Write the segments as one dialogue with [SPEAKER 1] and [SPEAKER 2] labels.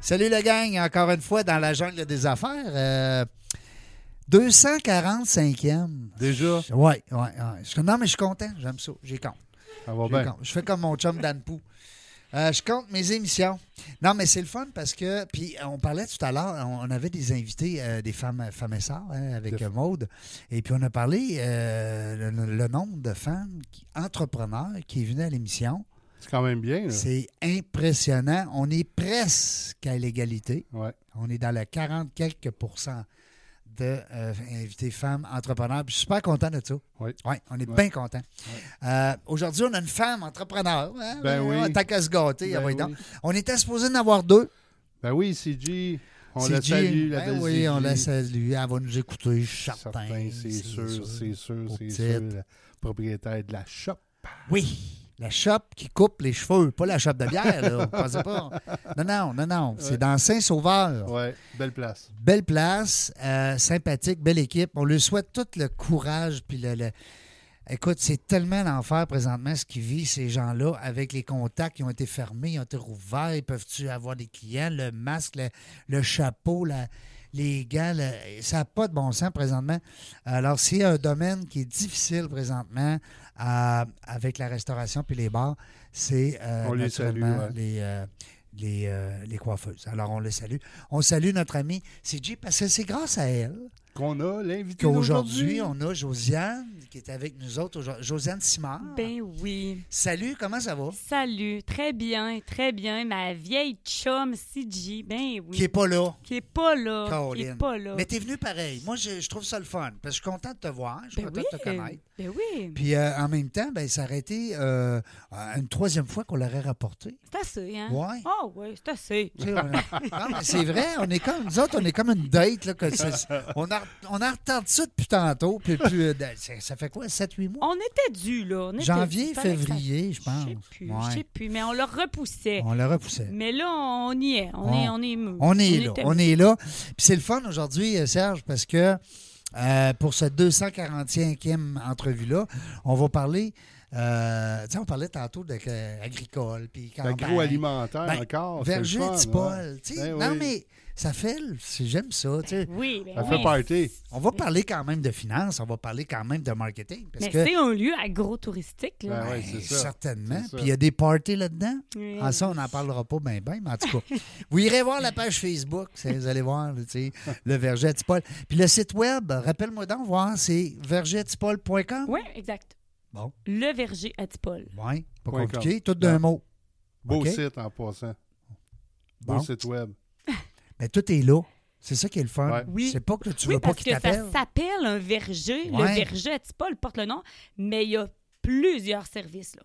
[SPEAKER 1] Salut le gang, encore une fois dans la jungle des affaires. Euh, 245e.
[SPEAKER 2] Déjà,
[SPEAKER 1] Oui, ouais, ouais. Je- Non, mais je suis content, j'aime ça, j'ai compte.
[SPEAKER 2] ça va
[SPEAKER 1] J'ai
[SPEAKER 2] bien.
[SPEAKER 1] compte. Je fais comme mon chum Dan Pou. Euh, je compte mes émissions. Non, mais c'est le fun parce que. Puis, on parlait tout à l'heure, on on avait des invités, euh, des femmes, femmes et sœurs, hein, avec
[SPEAKER 2] De-
[SPEAKER 1] euh, Maude. Et puis, on a parlé euh, le, le nombre de femmes qui- entrepreneurs qui venaient à l'émission.
[SPEAKER 2] C'est quand même bien. Là.
[SPEAKER 1] C'est impressionnant. On est presque à l'égalité.
[SPEAKER 2] Ouais.
[SPEAKER 1] On est dans le 40 quelques pourcents de euh, invités femmes entrepreneurs. Puis je suis super content de ça.
[SPEAKER 2] Oui.
[SPEAKER 1] on est
[SPEAKER 2] Ouais.
[SPEAKER 1] bien content. Aujourd'hui, on a une femme entrepreneur. hein?
[SPEAKER 2] Ben
[SPEAKER 1] Ouais,
[SPEAKER 2] oui.
[SPEAKER 1] Tant qu'à se gâter,
[SPEAKER 2] Ben
[SPEAKER 1] ah, voyons donc.
[SPEAKER 2] oui.
[SPEAKER 1] On était supposé en avoir deux.
[SPEAKER 2] Ben oui, CG, on
[SPEAKER 1] C'est
[SPEAKER 2] la
[SPEAKER 1] Jill.
[SPEAKER 2] salue, la
[SPEAKER 1] Ben
[SPEAKER 2] belle
[SPEAKER 1] oui, on
[SPEAKER 2] CG.
[SPEAKER 1] la salue. Elle va nous écouter, je suis certain.
[SPEAKER 2] Certain, c'est sûr, c'est sûr,
[SPEAKER 1] Aux
[SPEAKER 2] c'est sûr.
[SPEAKER 1] petites.
[SPEAKER 2] la propriétaire de la shop.
[SPEAKER 1] Oui, la chope qui coupe les cheveux, pas la chope de bière, là. Pensez pas. Non, non, non, non. C'est dans Saint-Sauveur.
[SPEAKER 2] Ouais, belle place.
[SPEAKER 1] Belle place, euh, sympathique, belle équipe. On lui souhaite tout le courage. Puis le, le- Écoute, c'est tellement l'enfer présentement ce qu'ils vivent, ces gens-là, avec les contacts qui ont été fermés, ils ont été rouverts. Ils peuvent-tu avoir des clients? Le masque, le, le chapeau, la- les gants, le- ça n'a pas de bon sens présentement. Alors, c'est un domaine qui est difficile présentement euh, avec la restauration puis les bars, c'est euh,
[SPEAKER 2] On les
[SPEAKER 1] naturellement
[SPEAKER 2] salue, ouais.
[SPEAKER 1] les, euh, les, euh, les coiffeuses. Alors, on les salue. On salue notre amie CJ parce que c'est grâce à elle
[SPEAKER 2] Qu'on a l'invité
[SPEAKER 1] qu'aujourd'hui,
[SPEAKER 2] d'aujourd'hui.
[SPEAKER 1] on a Josiane qui est avec nous autres aujourd'hui. Josiane Simard.
[SPEAKER 3] Ben oui.
[SPEAKER 1] Salut, comment ça va?
[SPEAKER 3] Salut. Très bien, très bien. Ma vieille chum CG, ben oui.
[SPEAKER 1] Qui est pas là.
[SPEAKER 3] Qui est pas là. Qui
[SPEAKER 1] Caroline.
[SPEAKER 3] est pas là.
[SPEAKER 1] Mais t'es venue pareil. Moi, je, je trouve ça le fun. Parce que je suis content de te voir. Je suis
[SPEAKER 3] ben
[SPEAKER 1] content
[SPEAKER 3] oui.
[SPEAKER 1] de te connaître.
[SPEAKER 3] Ben oui.
[SPEAKER 1] Puis euh, en même temps, ben, ça aurait été euh, une troisième fois qu'on l'aurait rapporté.
[SPEAKER 3] C'est assez, hein?
[SPEAKER 1] Ouais.
[SPEAKER 3] Ah ouais, c'est assez.
[SPEAKER 1] Tu sais, on a- Non, mais c'est vrai, on est comme nous autres, on est comme une date. Là, que c'est- on, a, on a retenté ça depuis tantôt. Puis, puis, euh, ça ça fait quoi, 7-8 mois?
[SPEAKER 3] On était dû là. On était
[SPEAKER 1] Janvier,
[SPEAKER 3] dû. Fallait que ça-
[SPEAKER 1] février, je pense.
[SPEAKER 3] Je sais plus,
[SPEAKER 1] Ouais.
[SPEAKER 3] je sais plus. Mais on le repoussait.
[SPEAKER 1] On le repoussait.
[SPEAKER 3] Mais là, on y est. On,
[SPEAKER 1] On-
[SPEAKER 3] est, on est mou.
[SPEAKER 1] On est là,
[SPEAKER 3] était
[SPEAKER 1] on
[SPEAKER 3] mou.
[SPEAKER 1] est là. Puis c'est le fun aujourd'hui, euh, Serge, parce que euh, pour ce 245e entrevue-là, on va parler, euh, tu sais, on parlait tantôt de euh, agricole, puis campagne.
[SPEAKER 2] L'agroalimentaire
[SPEAKER 1] Ben,
[SPEAKER 2] encore. c'est le
[SPEAKER 1] Verger,
[SPEAKER 2] fun,
[SPEAKER 1] petit
[SPEAKER 2] ouais.
[SPEAKER 1] Paul, tu sais.
[SPEAKER 2] Ben
[SPEAKER 1] non,
[SPEAKER 2] oui.
[SPEAKER 1] mais ça fait, le- c'est- j'aime ça, tu sais.
[SPEAKER 3] Oui, ben
[SPEAKER 2] Ça
[SPEAKER 3] oui.
[SPEAKER 2] fait party.
[SPEAKER 1] On va parler quand même de finances, on va parler quand même de marketing. Parce
[SPEAKER 3] Mais
[SPEAKER 1] que,
[SPEAKER 3] c'est un lieu agro-touristique, là. Euh,
[SPEAKER 2] Ben oui.
[SPEAKER 1] Ben,
[SPEAKER 2] c'est ça.
[SPEAKER 1] certainement.
[SPEAKER 2] C'est ça.
[SPEAKER 1] Puis il y a des parties là-dedans.
[SPEAKER 3] Oui.
[SPEAKER 1] Ah, ça, on n'en parlera pas bien, bien, mais en tout cas. vous irez voir la page Facebook, ça, vous allez voir, tu sais, le verger à Tipol. Puis le site web, rappelle-moi d'en voir, c'est vergetipol.com.
[SPEAKER 3] Oui, exact.
[SPEAKER 1] Bon,
[SPEAKER 3] Le verger à Tipol.
[SPEAKER 1] ouais, pas
[SPEAKER 2] Point com.
[SPEAKER 1] compliqué, tout d'un
[SPEAKER 2] Ouais.
[SPEAKER 1] mot.
[SPEAKER 2] Beau
[SPEAKER 1] OK?
[SPEAKER 2] site en passant. Beau
[SPEAKER 1] Bon.
[SPEAKER 2] site web.
[SPEAKER 1] Mais tout est là. C'est ça qui est le fun.
[SPEAKER 2] Ouais.
[SPEAKER 3] Oui.
[SPEAKER 1] C'est pas que tu
[SPEAKER 3] oui,
[SPEAKER 1] veux pas
[SPEAKER 3] parce
[SPEAKER 1] qu'il
[SPEAKER 3] que
[SPEAKER 1] t'appelle.
[SPEAKER 3] ça s'appelle un verger.
[SPEAKER 1] Ouais.
[SPEAKER 3] Le verger à Tipol porte le nom, mais il y a plusieurs services. Là.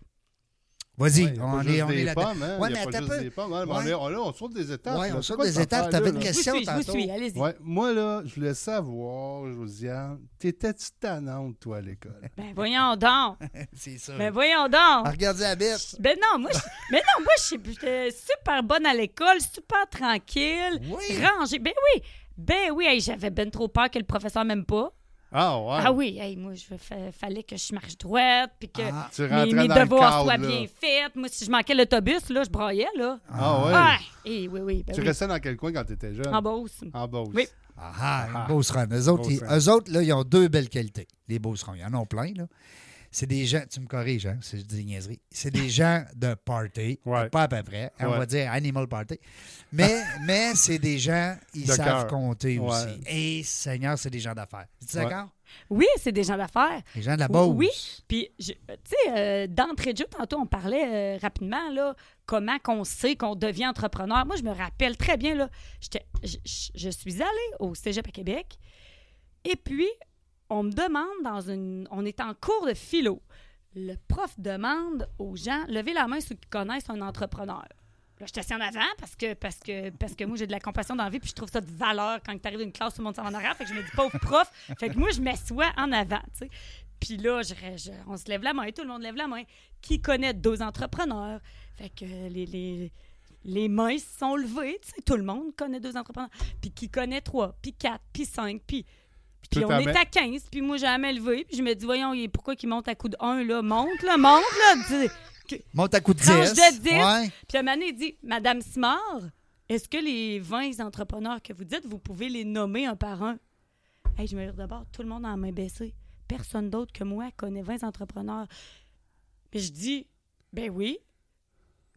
[SPEAKER 1] Vas-y,
[SPEAKER 2] Ouais, il y a pas
[SPEAKER 1] on
[SPEAKER 2] juste
[SPEAKER 1] est, on
[SPEAKER 2] des
[SPEAKER 1] est là-dedans.
[SPEAKER 2] pommes,
[SPEAKER 1] Ouais,
[SPEAKER 2] hein, il y
[SPEAKER 1] mais
[SPEAKER 2] a pas
[SPEAKER 1] attends
[SPEAKER 2] juste
[SPEAKER 1] un peu.
[SPEAKER 2] des pommes, hein, mais on
[SPEAKER 1] Ouais.
[SPEAKER 2] est- on- là, on saute des étapes.
[SPEAKER 1] Ouais,
[SPEAKER 2] là.
[SPEAKER 1] on
[SPEAKER 2] C'est
[SPEAKER 1] saute
[SPEAKER 2] quoi
[SPEAKER 1] des
[SPEAKER 2] cette
[SPEAKER 1] étapes.
[SPEAKER 2] affaire-là,
[SPEAKER 1] T'avais une
[SPEAKER 2] là?
[SPEAKER 3] Je vous
[SPEAKER 1] question
[SPEAKER 3] suis, je vous
[SPEAKER 1] tantôt.
[SPEAKER 3] suis. Allez-y.
[SPEAKER 2] Ouais, moi, là, je voulais savoir, Josiane, t'étais titanante, toi, à l'école.
[SPEAKER 3] Ben voyons donc.
[SPEAKER 1] C'est ça.
[SPEAKER 3] ben voyons donc.
[SPEAKER 1] Ah, Regardez la bête.
[SPEAKER 3] Ben non, moi, je- ben non, moi, je- j'étais super bonne à l'école, super tranquille,
[SPEAKER 1] Oui.
[SPEAKER 3] rangée. Ben oui, ben oui, hey, j'avais ben trop peur que le professeur m'aime pas.
[SPEAKER 2] Ah, ouais.
[SPEAKER 3] Ah oui, hey, moi, je fa- fallait que je marche droite, puis que
[SPEAKER 1] Ah.
[SPEAKER 2] Tu
[SPEAKER 3] mes,
[SPEAKER 2] rentrais
[SPEAKER 3] mes
[SPEAKER 2] dans le
[SPEAKER 3] devoirs
[SPEAKER 2] cadre,
[SPEAKER 3] soient
[SPEAKER 2] là.
[SPEAKER 3] bien faits. Moi, si je manquais l'autobus, là, je braillais, là.
[SPEAKER 2] Ah, ouais.
[SPEAKER 3] Ah, eh oui, oui, ben
[SPEAKER 2] Tu
[SPEAKER 3] oui.
[SPEAKER 2] restais dans quel coin quand t'étais jeune?
[SPEAKER 3] En Beauce.
[SPEAKER 2] En Beauce.
[SPEAKER 3] Oui.
[SPEAKER 1] Ah, ah,
[SPEAKER 2] Ah,
[SPEAKER 1] les Beaucerons. Eux autres, ils,
[SPEAKER 2] Beaucerons.
[SPEAKER 1] eux autres, là, ils ont deux belles qualités, les Beaucerons. Ils en ont plein, là. C'est des gens, tu me corriges, hein, si je dis des niaiseries. C'est des gens de party,
[SPEAKER 2] Ouais.
[SPEAKER 1] pas à peu près. hein, On
[SPEAKER 2] Ouais.
[SPEAKER 1] va dire animal party. Mais, mais c'est des gens, ils
[SPEAKER 2] De
[SPEAKER 1] savent
[SPEAKER 2] cœur.
[SPEAKER 1] compter
[SPEAKER 2] Ouais.
[SPEAKER 1] aussi. Et Seigneur, c'est des gens d'affaires. Es-tu
[SPEAKER 2] Ouais.
[SPEAKER 1] d'accord?
[SPEAKER 3] Oui, c'est des gens d'affaires.
[SPEAKER 1] Les gens de la Beauce.
[SPEAKER 3] Oui, puis, je- tu sais, euh, d'entrée de jeu, tantôt, on parlait euh, rapidement, là, comment qu'on sait qu'on devient entrepreneur. Moi, je me rappelle très bien, là, j'étais- je, je- je suis allée au Cégep à Québec, et puis, on me demande dans une... On est en cours de philo. Le prof demande aux gens, levez la main ceux qui connaissent un entrepreneur. Là, je suis assis en avant parce que, parce que, parce que moi, j'ai de la compassion dans la vie, puis je trouve ça de valeur quand tu arrives une classe, tout le monde s'en va en arrière. Fait que je me dis, pauvre prof, fait que moi, je m'assois en avant, tu sais. Puis là, je- je- on se lève la main, tout le monde lève la main. Qui connaît deux entrepreneurs? Fait que les, les, les mains se sont levées, tu sais, tout le monde connaît deux entrepreneurs. Puis qui connaît trois, puis quatre, puis cinq, puis... Puis
[SPEAKER 2] Tout
[SPEAKER 3] on
[SPEAKER 2] à
[SPEAKER 3] est
[SPEAKER 2] main.
[SPEAKER 3] à 15, puis moi, j'ai jamais levé. Puis je me dis, voyons, il- pourquoi qu'il monte à coup de 1, là? Monte, là, monte, là! dis-
[SPEAKER 1] Monte à coup de 10.
[SPEAKER 3] Tranche de 10.
[SPEAKER 1] Ouais.
[SPEAKER 3] Puis à un moment donné, il dit, Madame Simard, Est-ce que les 20 entrepreneurs que vous dites, vous pouvez les nommer un par un? Hey, je me dis d'abord, tout le monde en main baissée. Personne d'autre que moi connaît 20 entrepreneurs. Mais je dis, ben oui,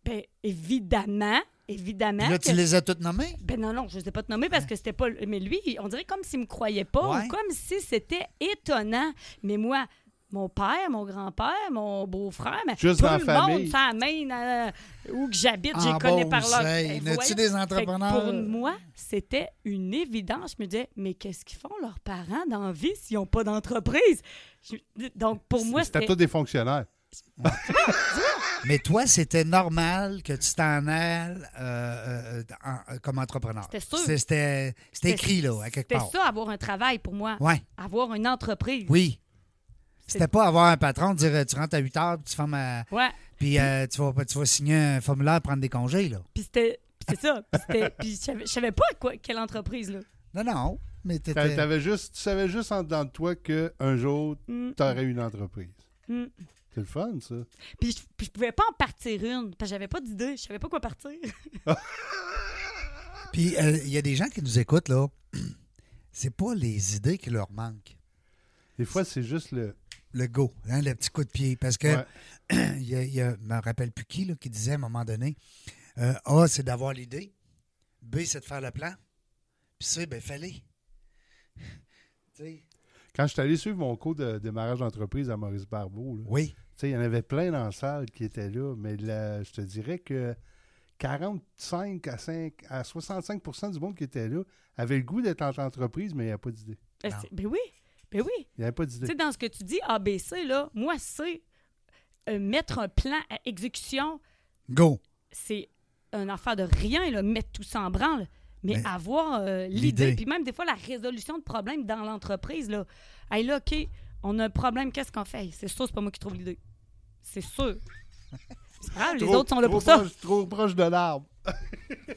[SPEAKER 3] ben évidemment, évidemment.
[SPEAKER 1] Puis Là,
[SPEAKER 3] que-
[SPEAKER 1] tu les as toutes nommées?
[SPEAKER 3] ben non, non, je ne sais pas te nommer parce que c'était pas. le- Mais lui, il- on dirait comme s'il me croyait pas
[SPEAKER 1] Ouais.
[SPEAKER 3] ou comme si c'était étonnant. Mais moi, mon père, mon grand-père, mon beau-frère, mais
[SPEAKER 2] Juste
[SPEAKER 3] tout
[SPEAKER 2] dans la
[SPEAKER 3] le
[SPEAKER 2] famille.
[SPEAKER 3] monde, ça amène à- où que j'habite,
[SPEAKER 1] En
[SPEAKER 3] j'ai connais par
[SPEAKER 1] Beauce,
[SPEAKER 3] leur.
[SPEAKER 1] hey,
[SPEAKER 3] Eh,
[SPEAKER 1] n'as-tu
[SPEAKER 3] voyons.
[SPEAKER 1] des
[SPEAKER 3] Fait que
[SPEAKER 1] entrepreneurs?
[SPEAKER 3] Pour moi, c'était une évidence. Je me disais, mais qu'est-ce qu'ils font leurs parents dans la vie s'ils n'ont pas d'entreprise? Je- Donc pour moi,
[SPEAKER 2] C'était
[SPEAKER 3] c'était.
[SPEAKER 2] tous des fonctionnaires.
[SPEAKER 1] Mais toi, c'était normal que tu t'en ailles euh, euh, en- euh, comme entrepreneur.
[SPEAKER 3] C'était sûr.
[SPEAKER 1] C'est- C'était c'était écrit, là, à quelque
[SPEAKER 3] C'était
[SPEAKER 1] part.
[SPEAKER 3] ça, avoir un travail pour moi.
[SPEAKER 1] Ouais,
[SPEAKER 3] Avoir une entreprise.
[SPEAKER 1] oui.
[SPEAKER 3] C'est-
[SPEAKER 1] C'était pas avoir un patron, dire euh, tu rentres à 8 heures, puis tu fermes à-
[SPEAKER 3] Ouais.
[SPEAKER 1] puis euh, tu, vas, tu vas signer un formulaire, prendre des congés. là.
[SPEAKER 3] Puis c'était. puis C'est ça. Puis c'était- Puis je savais- je savais pas quoi, quelle entreprise, là.
[SPEAKER 1] Non, non, mais
[SPEAKER 2] T'a-
[SPEAKER 1] t'étais-
[SPEAKER 2] t'avais juste, tu savais juste en dedans de toi qu'un jour,
[SPEAKER 3] Mm.
[SPEAKER 2] tu aurais une entreprise.
[SPEAKER 3] Mm.
[SPEAKER 2] C'est le fun, ça.
[SPEAKER 3] Puis je, puis je pouvais pas en partir une, parce que j'avais pas d'idée, je savais pas quoi partir.
[SPEAKER 1] Puis euh, il y a des gens qui nous écoutent, là. C'est pas les idées qui leur manquent.
[SPEAKER 2] Des fois, c'est juste le.
[SPEAKER 1] Le go, hein, le petit coup de pied. Parce que
[SPEAKER 2] Ouais.
[SPEAKER 1] il y a, il y a- je me rappelle plus qui là, qui disait à un moment donné euh, A, c'est d'avoir l'idée. B, c'est de faire le plan. Puis C, ben, fallait.
[SPEAKER 2] Quand je suis allé suivre mon cours de démarrage d'entreprise à Maurice Barbeau, là,
[SPEAKER 1] Oui.
[SPEAKER 2] Tu sais, il y en avait plein dans la salle qui étaient là, mais là, je te dirais que 45 à, 5, à 65 du monde qui était là avait le goût d'être en entreprise, mais il n'y avait pas d'idée.
[SPEAKER 3] Euh, c'est- ben oui, ben oui.
[SPEAKER 2] Il n'y avait pas
[SPEAKER 3] Tu sais,
[SPEAKER 2] d'idée.
[SPEAKER 3] dans ce que tu dis, ABC, là, moi, c'est euh, mettre un plan à exécution,
[SPEAKER 1] Go.
[SPEAKER 3] c'est une affaire de rien, là, mettre tout ça en branle. Mais,
[SPEAKER 1] Mais
[SPEAKER 3] avoir euh,
[SPEAKER 1] l'idée.
[SPEAKER 3] l'idée, puis même des fois la résolution de problèmes dans l'entreprise, là. Hey, là, OK, on a un problème, qu'est-ce qu'on fait? Hey, C'est sûr, c'est pas moi qui trouve l'idée. C'est sûr. C'est pas grave, les
[SPEAKER 2] Trop-
[SPEAKER 3] autres sont là
[SPEAKER 2] trop
[SPEAKER 3] pour ça.
[SPEAKER 2] proche- trop proche de l'arbre.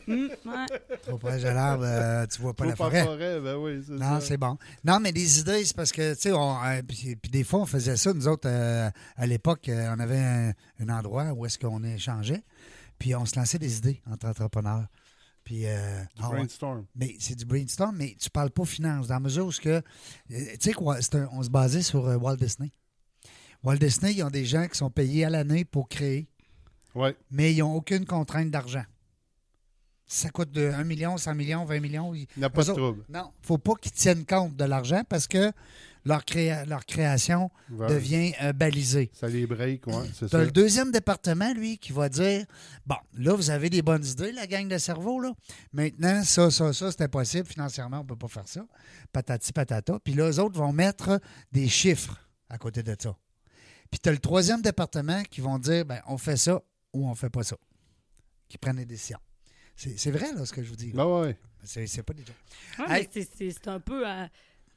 [SPEAKER 3] Mm, ouais.
[SPEAKER 1] Trop proche de l'arbre, euh, tu vois pas
[SPEAKER 2] Trop
[SPEAKER 1] la
[SPEAKER 2] par
[SPEAKER 1] forêt.
[SPEAKER 2] forêt, ben oui, c'est
[SPEAKER 1] Non,
[SPEAKER 2] ça.
[SPEAKER 1] c'est bon. Non, mais des idées, c'est parce que, tu sais, on- euh, puis puis des fois, on faisait ça. Nous autres, euh, à l'époque, euh, on avait un, un endroit où est-ce qu'on échangeait. Puis on se lançait des idées entre entrepreneurs. Puis, euh,
[SPEAKER 2] Du
[SPEAKER 1] ah ouais.
[SPEAKER 2] brainstorm.
[SPEAKER 1] Mais c'est du brainstorm, mais tu parles pas finance, dans la mesure où ce que. euh, Tu sais quoi, c'est un- on se basait sur euh, Walt Disney. Walt Disney, ils ont des gens qui sont payés à l'année pour créer,
[SPEAKER 2] Ouais.
[SPEAKER 1] mais ils n'ont aucune contrainte d'argent. Ça coûte de 1 million, 100 millions, 20 millions. ils-
[SPEAKER 2] Il n'y a pas
[SPEAKER 1] Eux
[SPEAKER 2] de
[SPEAKER 1] autres-
[SPEAKER 2] trouble.
[SPEAKER 1] Non, faut pas qu'ils tiennent compte de l'argent parce que leur, créa- leur création
[SPEAKER 2] Ouais.
[SPEAKER 1] devient euh, balisée.
[SPEAKER 2] Ça les break, ouais, c'est
[SPEAKER 1] T'as
[SPEAKER 2] ça.
[SPEAKER 1] le deuxième département, lui, qui va dire Bon, là, vous avez des bonnes idées, la gang de cerveau, là. Maintenant, ça, ça, ça, c'est impossible. Financièrement, on ne peut pas faire ça. Patati patata. Puis là, eux autres vont mettre des chiffres à côté de ça. Puis tu as le troisième département qui vont dire ben, on fait ça ou on fait pas ça. Qui prennent des décisions. C'est c'est vrai, là, ce que je vous dis. là.
[SPEAKER 2] Ben ouais.
[SPEAKER 1] C'est c'est pas des jokes.
[SPEAKER 3] Ouais,
[SPEAKER 1] Hey.
[SPEAKER 3] mais c'est- c'est c'est un peu à-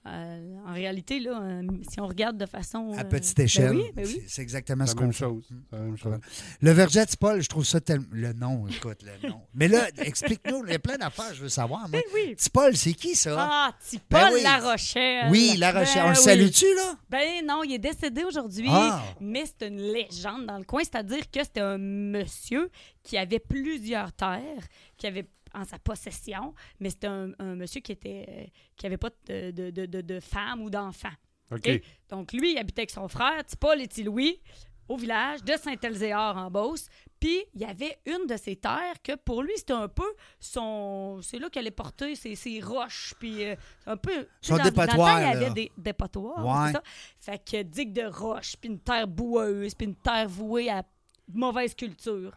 [SPEAKER 3] à- en réalité là, euh, si on regarde de façon
[SPEAKER 1] À
[SPEAKER 3] euh,
[SPEAKER 1] petite
[SPEAKER 3] ben
[SPEAKER 1] échelle,
[SPEAKER 3] oui, ben oui.
[SPEAKER 1] c'est- c'est exactement
[SPEAKER 2] C'est
[SPEAKER 1] ce
[SPEAKER 2] la
[SPEAKER 1] qu'on
[SPEAKER 2] même
[SPEAKER 1] fait.
[SPEAKER 2] chose. C'est la même chose.
[SPEAKER 1] Le Verget Paul, je trouve ça tellement. Le nom, écoute, le nom. Mais là, explique-nous, il y a plein d'affaires, je veux savoir. Moi.
[SPEAKER 3] Ben oui.
[SPEAKER 1] Paul, c'est qui ça?
[SPEAKER 3] Ah, petit Paul
[SPEAKER 1] Ben oui.
[SPEAKER 3] La Rochelle.
[SPEAKER 1] oui, La Rochelle.
[SPEAKER 3] Ben
[SPEAKER 1] On le
[SPEAKER 3] oui.
[SPEAKER 1] salue-tu, là?
[SPEAKER 3] Ben non, il est décédé aujourd'hui,
[SPEAKER 1] Ah.
[SPEAKER 3] mais c'est une légende dans le coin. C'est-à-dire que c'était un monsieur qui avait plusieurs terres, qui avait en sa possession, mais c'était un, un monsieur qui était euh, qui avait pas de, de, de- de- de femme ou d'enfant.
[SPEAKER 2] OK.
[SPEAKER 3] OK? Donc, lui, il habitait avec son frère, petit Paul et petit Louis, au village de Saint-Elzéar en Beauce. Puis, il y avait une de ses terres que pour lui, c'était un peu son. C'est là qu'elle est porter ses, ses roches. Puis, euh, un peu. tu sais,
[SPEAKER 1] Son
[SPEAKER 3] dans- dans le temps,
[SPEAKER 1] dépotoir,
[SPEAKER 3] il y
[SPEAKER 1] là.
[SPEAKER 3] avait des dépotoirs.
[SPEAKER 1] Ouais.
[SPEAKER 3] c'est ça. Fait que digue de roches, puis une terre boueuse, puis une terre vouée à mauvaise culture.